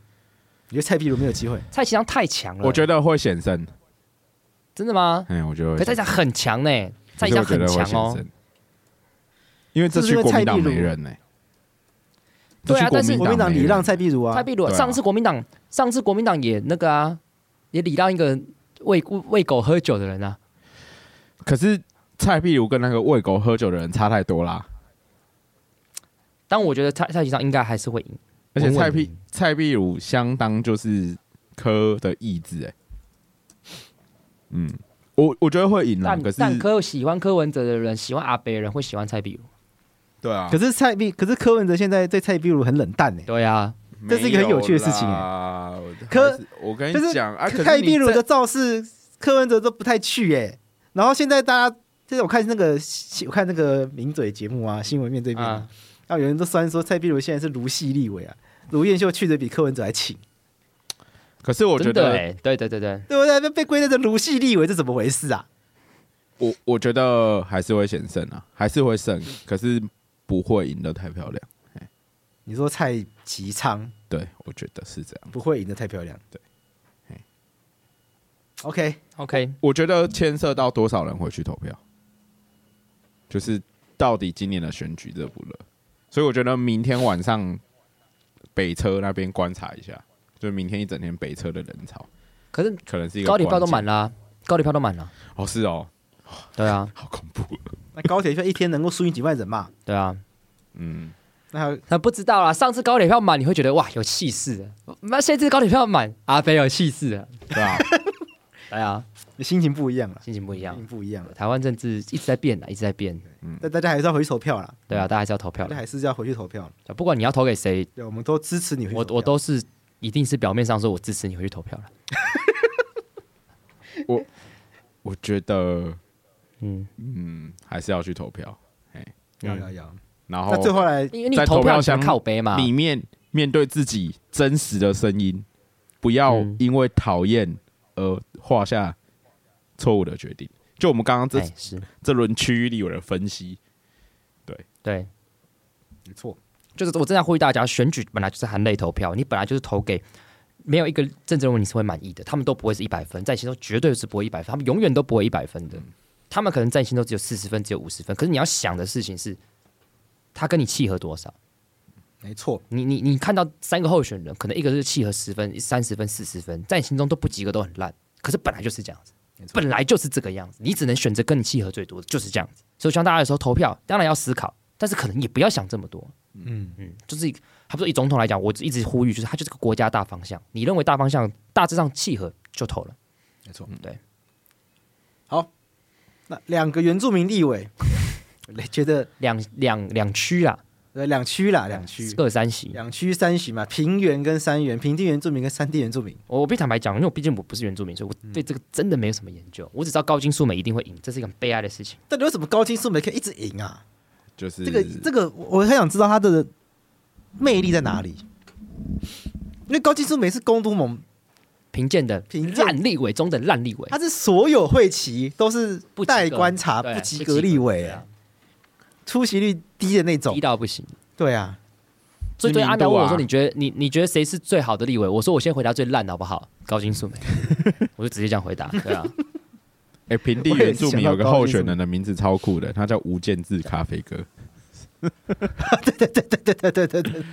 觉得蔡碧如没有机会？蔡其昌太强了，我觉得会显身，真的吗？哎，我觉得可会是蔡其显昌很强呢，蔡其昌可是我觉很得会强显哦。身，因为这是区不是因为国民党蔡没壁如人呢，对啊这区国民党没礼人让蔡碧如啊蔡，壁如对啊上次国民党，上次国民党也那个啊，也礼让一个喂喂狗喝酒的人啊。可是蔡壁如跟那个喂狗喝酒的人差太多啦，但我觉得蔡蔡其昌应该还是会赢。而且稳稳蔡地壁赢蔡壁如相当就是科的意志、哎，嗯，我我觉得会赢啦，但可是但柯喜欢柯文哲的人，喜欢阿北的人会喜欢蔡壁如。对啊可是蔡碧，可是柯文哲现在对蔡碧如很冷淡哎、对啊，没这是一个很有趣的事情欸啦我柯还是我跟就是你讲啊，可是蔡你碧如在的造势，柯文哲都不太去哎、然后现在大家，就是我看那个，我看那个名嘴节目啊，新闻面对面、啊啊，，然后有人都酸说蔡碧如现在是卢系立委啊，卢彦秀去的比柯文哲还勤，可是我觉真的得欸哎，对对对对，对不对？被被归类成卢系立委，这怎么回事啊？我我觉得还是会险胜啊，还是会胜，可是不会赢得太漂亮。你说蔡其昌对，我觉得是这样。不会赢得太漂亮，对嘿。 OK， OK，我觉得牵涉到多少人回去投票，就是到底今年的选举热不热？所以我觉得明天晚上北车那边观察一下，就明天一整天北车的人潮，可是可能是一个高铁票都满关了啊，高铁票都满了。键哦，是哦，对啊，好恐怖，那高铁票一天能够输赢几万人嘛？对啊，嗯，那还有那不知道啦，上次高铁票满，你会觉得哇有气势啊，那这次高铁票满，阿飞有气势啊， 对吧、对啊，心情不一样了，心情不一心样情。不一样了。台湾政治一直在变啊，一直在变。但大家还是要回去投票啦，对啊，大家还是要投票大家的。还是要回去投票啦。不管你要投给谁，对，我们都支持你回去我投票我都是一定是表面上说我支持你回去投票了。我觉得，嗯，嗯，还是要去投票。要要要。然后那最后来因为你在投投票你才箱靠背嘛，哎里面面对自己真实的声音，不要嗯因为讨厌而画下错误的决定。就我们刚刚这哎是这轮区域里有人分析，对，没错，就是我正在呼吁大家，选举本来就是含泪投票，你本来就是投给没有一个政治人物你是会满意的，他们都不会是一百分，在你心中绝对是不会一百分，他们永远都不会一百分的，他们可能在你心中只有四十分，只有五十分，可是你要想的事情是，他跟你契合多少。没错，你你你看到三个候选人，可能一个是契合十分、三十分、四十分，在你心中都不及格，都很烂。可是本来就是这样子，本来就是这个样子，你只能选择跟你契合最多的，就是这样子。所以希望大家有时候投票，当然要思考，但是可能也不要想这么多。嗯嗯，就是一个他说以总统来讲，我一直呼吁，就是他就是个国家大方向，你认为大方向大致上契合就投了。没错，对。好，那两个原住民立委， 我觉得两两两区啦，呃两区啦，两区，各三席。两区三席嘛，平原跟山原，平地原住民跟山地原住民，我我必须坦白讲，因为我毕竟我不是原住民，所以我嗯对这个真的没有什么研究。我只知道高金素梅一定会赢，这是一个很悲哀的事情。到底为什么高金素梅可以一直赢啊？就是这个这个，我我很想知道她的魅力在哪里，因为高金素梅是公都盟，评鉴的评鉴烂立委中的烂立委，她是所有会期都是不及格待观察对不及格立委，对哎啊出席率低的那种低，到不行。对啊，所以对知名度啊阿苗问我说：“你觉得你你觉得谁是最好的立委？”我说：“我先回答最烂的好不好？高 金素梅。”我就直接这样回答。对啊，哎，平地原住民有个候选人的名字超酷的，他叫吴建志咖啡哥。 对对对对对，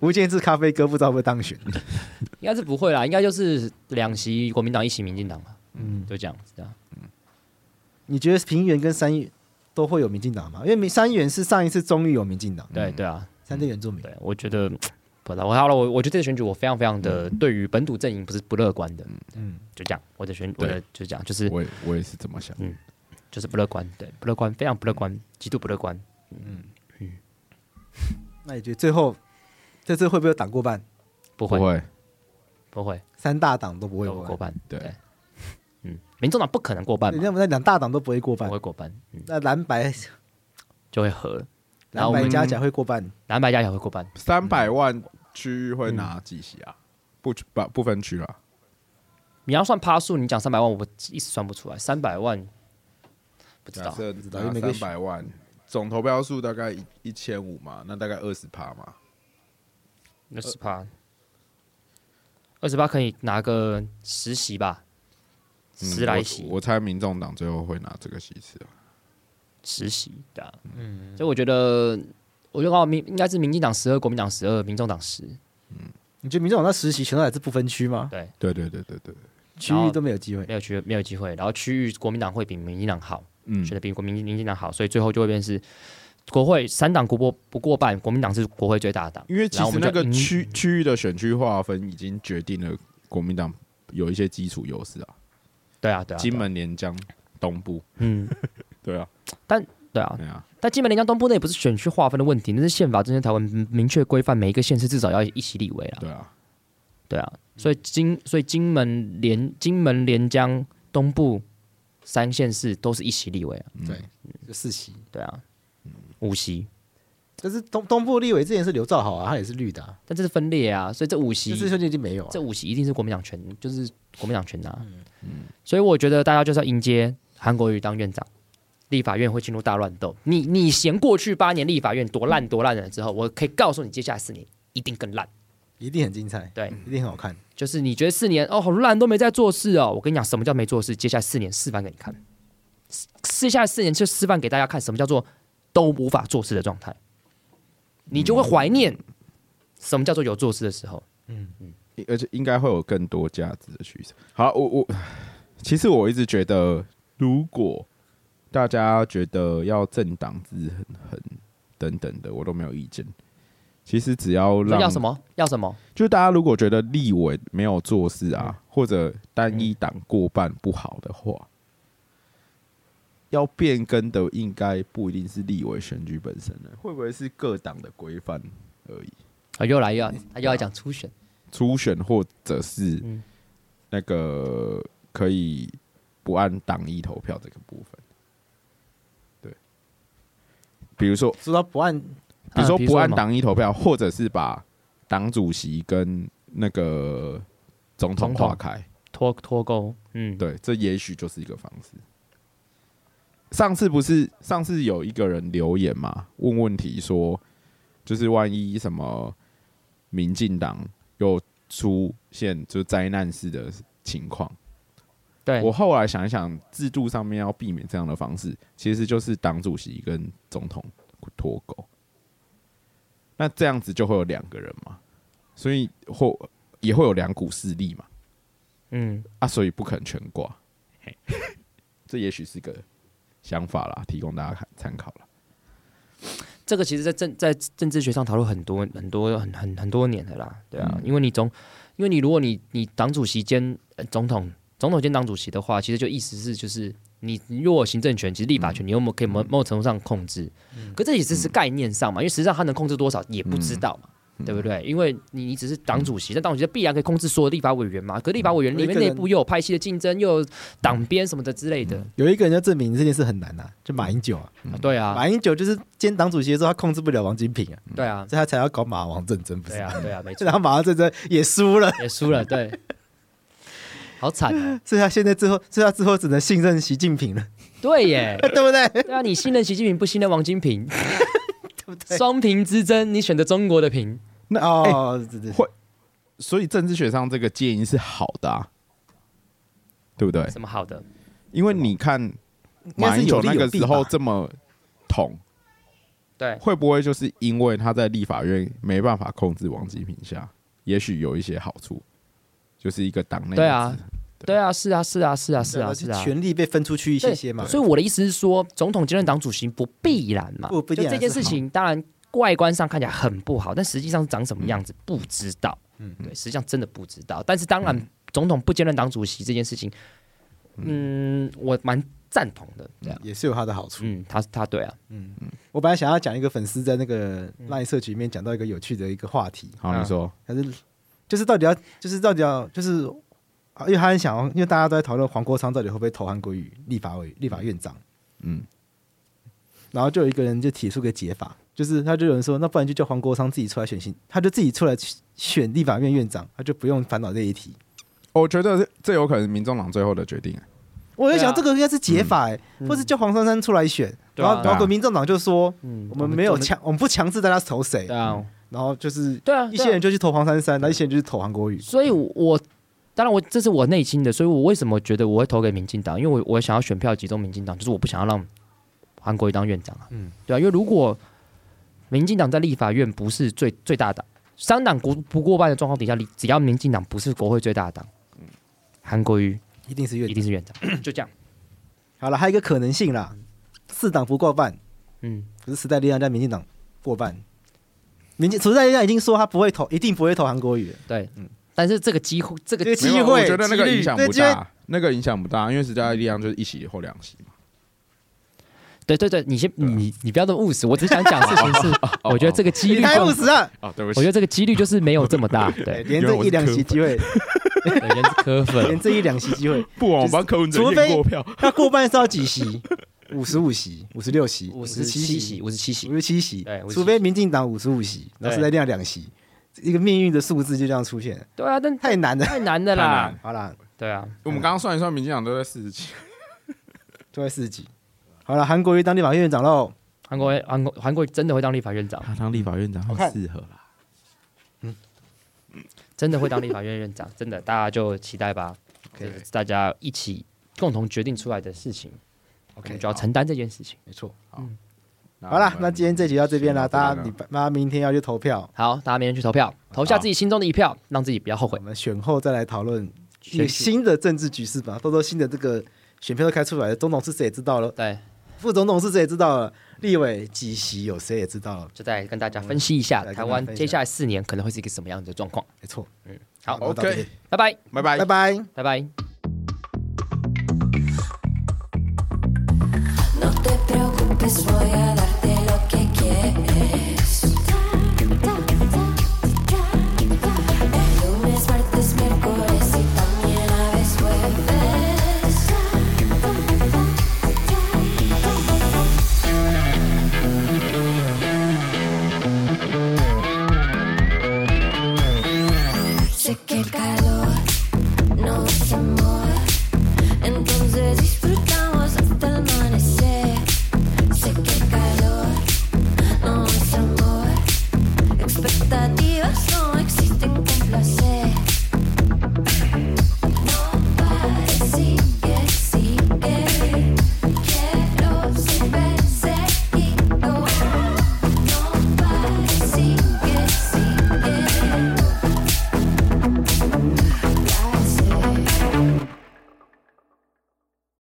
吴建志咖啡哥不知道会不会当选，应该是不会啦，应该就是两席国民党一席民进党嘛。嗯，就这样子啊。你觉得平原跟山原都会有民进党吗？因为民山原是上一次终于有民进党，嗯对对啊，山地原住民对，我觉得不知道。我好了，我我觉得这个选举我非常非常嗯的对于本土阵营不是不乐观的。嗯嗯，就这样，我的选我的就这样，就是嗯我也我也是这么想。就是不乐观，对，不乐观，非常不乐观，极度不乐观。那你觉得最后这次会不会有党过半？不不会，会，不会，三大党都不会都过过半，半。对，嗯，民众党不可能过半人家嘛，我们那两大党都不会过半不，会过半，嗯，那蓝白就会合了。然蓝后我白们加起来会过半，蓝白加也会过半，三百万区域会拿几席啊？不不不分区了，你要算趴数，你讲三百万，我一时算不出来，三百万不知假道，设道因为每拿个三百万，总投票数大概一一千五嘛，那大概二十趴嘛。那十趴，二十八可以拿个十席吧，嗯十来我席，我猜民众党最后会拿这个席次啊。实习的，嗯，所以我觉得，我觉得哦，民应该是民进党十二，国民党十二，民众党十，你觉得民众党那实习全都还是不分区吗？对，对对对对对，区域都没有机会，没有区没有机会，然后区域国民党会比民进党好，嗯选的比国民民进党好，所以最后就会变成是国会三党国不不过半，国民党是国会最大的党，因为其然后我实们那就嗯个赢区区域的选区划分已经决定了国民党有一些基础优势啊，对啊对啊，金门、连江、东部，嗯对啊，对啊，对啊，但金门连江东部那也不是选区划分的问题，那是宪法之前台湾明确规范每一个县市至少要一席立委啊，对啊，对啊，所以金所以金门连金门连江东部三县市都是一席立委啊，嗯对，就四席。对啊，五席。但是东东部立委之前是刘兆豪啊，他也是绿的啊，但这是分裂啊，所以这五席这次就已经没有啊这。五席一定是国民党全，就是国民党全拿。嗯所以我觉得大家就是要迎接韩国瑜当院长，立法院会进入大乱斗。你你嫌过去八年立法院多烂多烂了之后，我可以告诉你，接下来四年一定更烂。一定很精彩，对，一定很好看。就是你觉得四年哦好烂都没在做事哦，我跟你讲什么叫没做事，接下来四年示范给你看，接下来四年就示范给大家看什么叫做都无法做事的状态，你就会怀念什么叫做有做事的时候。而且应该会有更多价值的趋势。好，我我其实我一直觉得，如果大家觉得要政党制衡衡等等的，我都没有意见。其实只要让要什，么要什么，就是大家如果觉得立委没有做事啊，或者单一党过半不好的话，要变更的应该不一定是立委选举本身了，会不会是各党的规范而已？啊，又来又要他又要讲初选，初选或者是嗯那个可以不按党意投票这个部分，对，比如说说到不按比如说啊不按什么党意投票，或者是把党主席跟那个总统总统划开，脱脱钩，嗯，对，这也许就是一个方式。上次不是上次有一个人留言嘛，问问题说，就是万一什么民进党又出现就灾难式的情况，对我后来想一想，制度上面要避免这样的方式，其实就是党主席跟总统脱钩。那这样子就会有两个人嘛，所以或也会有两股势力嘛，嗯，啊，所以不可能全挂。嘿 这也许是个想法啦，提供大家看参考啦。这个其实在政在政治学上讨论很多很多很很很多年的啦，对啊，嗯因为你总因为你如果你你党主席兼、呃总统总统兼党主席的话，其实就意思是就是你你如果有行政权，其实立法权你有没有可以某某种程度上控制，可这也只是概念上嘛，因为实际上他能控制多少也不知道嘛。嗯对不对？因为你你只是党主席，但党主席必然可以控制所有立法委员嘛。嗯可立法委员里有一面个人内部又有派系的竞争，又有党鞭什么的之类的。有一个人要证明这件事很难啊，就马英九啊，啊对啊，马英九就是兼党主席的时候，他控制不了王金平啊，对啊，所以他才要搞马王政争，不是对吗？啊，对啊，没错然。后马王政争也输了，也输 了，对，好惨哦。所以他现在最后，所以他最后只能信任习近平了，对耶，对不对？对啊，你信任习近平，不信任王 金平，双平之争，你选择中国的平，那哦，对对会哎所以政治学上这个建议是好的、啊，对不对？哎什么好的？因为你看该是马英九有利那个有弊时候吧这么捅，对，会不会就是因为他在立法院没办法控制王金平下，也许有一些好处，就是一个党内对啊的制对啊，是啊，是啊，是啊，是对啊，啊是啊。权力被分出去一对些些嘛，所以我的意思是说，总统兼任党主席不必然嘛，不不一就定这件事情，当然外观上看起来很不好，但实际上长什嗯么样子不知道。嗯，对，实际上真的不知道。但是当嗯然，总统不兼任党主席这件事情，嗯，我蛮赞同的。对啊，也是有他的好处。嗯，他他对啊，我本来想要讲一个粉丝在那个 LINE 社群里面讲到一个有趣的一个话题，好，嗯你说，还是就是到底要就是到底要就是，啊因为他很想要，因为大家都在讨论黄国昌到底会不会投韩国瑜立法委立法院长，嗯，然后就有一个人就提出个解法，就是他就有人说，那不然就叫黄国昌自己出来选新，他就自己出来选立法院院长，他就不用烦恼这一题。我觉得这有可能是民众党最后的决定、啊。我就想对啊这个应该是解法、欸，嗯或是叫黄珊珊出来选，对然啊后然后对啊民政党就说。嗯，我们没有我们强，我们不强制大家投谁对，啊，然后就是对啊，一对啊些人就去投黄珊珊，然后一些人就去投韩国瑜。所以我，当然我这是我内心的，所以我为什么觉得我会投给民进党？因为我我想要选票集中民进党，就是我不想要让韩国瑜当院长啊。嗯对啊，因为如果民进党在立法院不是最最大党，三党国不过半的状况底下，只要民进党不是国会最大的党，韩国瑜一定是越一定是院长，就这样。好了，还有一个可能性啦，四党不过半，嗯，可是时代力量在民进党过半。民进时代力量已经说他不会投，一定不会投韩国瑜了。对，但是这个机会，这个这个机没有会我觉得那几个率影响对不机会大，那个影响不大，因为时代力量就是一席或两席嘛。对对对，你先你你不要这么务实，我只想讲事情是，我觉得这个几率你太就务实了，哦，对不我觉得这个几率就是没有这么 大，哎对，啊连这一两席机 会，对人是磕粉连，这一两席机会，不 枉我帮柯文哲除非验过票。那过半是要几席？ 五十五席、五十六席、五十十七席，席、五十七席五，十七席对57。席除非民进党五十五席，然后时代力量两席，一个命运的数字就这样出现，对啊，但太难了。太难的太难啦了，好啦，对啊，我们刚刚算一算，民进党都在四十七，就在四级。好了，韩国瑜当立法院院长喽。韩国韩国韩国真的会当立法院长，他当立法院长好看适合啦。真的会当立法院院长， 真的，大家就期待吧，这 OK 是大家一起共同决定出来的事情，我们 OK，就要承担这件事情。没错。好好啦，那今天这集到这边啊啦，大家你大家明天要去投票，好，大家明天去投票，投下自己心中的一票，让自己不要后悔我。们选后再来讨论一选个举新的政治局势吧。到时候新的这个选票都开出来了，总统是谁也知道了，对，副总统是谁也知道了，立委几席有谁也知道了，就再跟大家分析一下嗯来跟台大家湾分析接下来四年可能会是一个什么样的状况。没错。好那到这边拜拜，拜拜嗯拜。拜。拜拜。 No te preocupes, voy a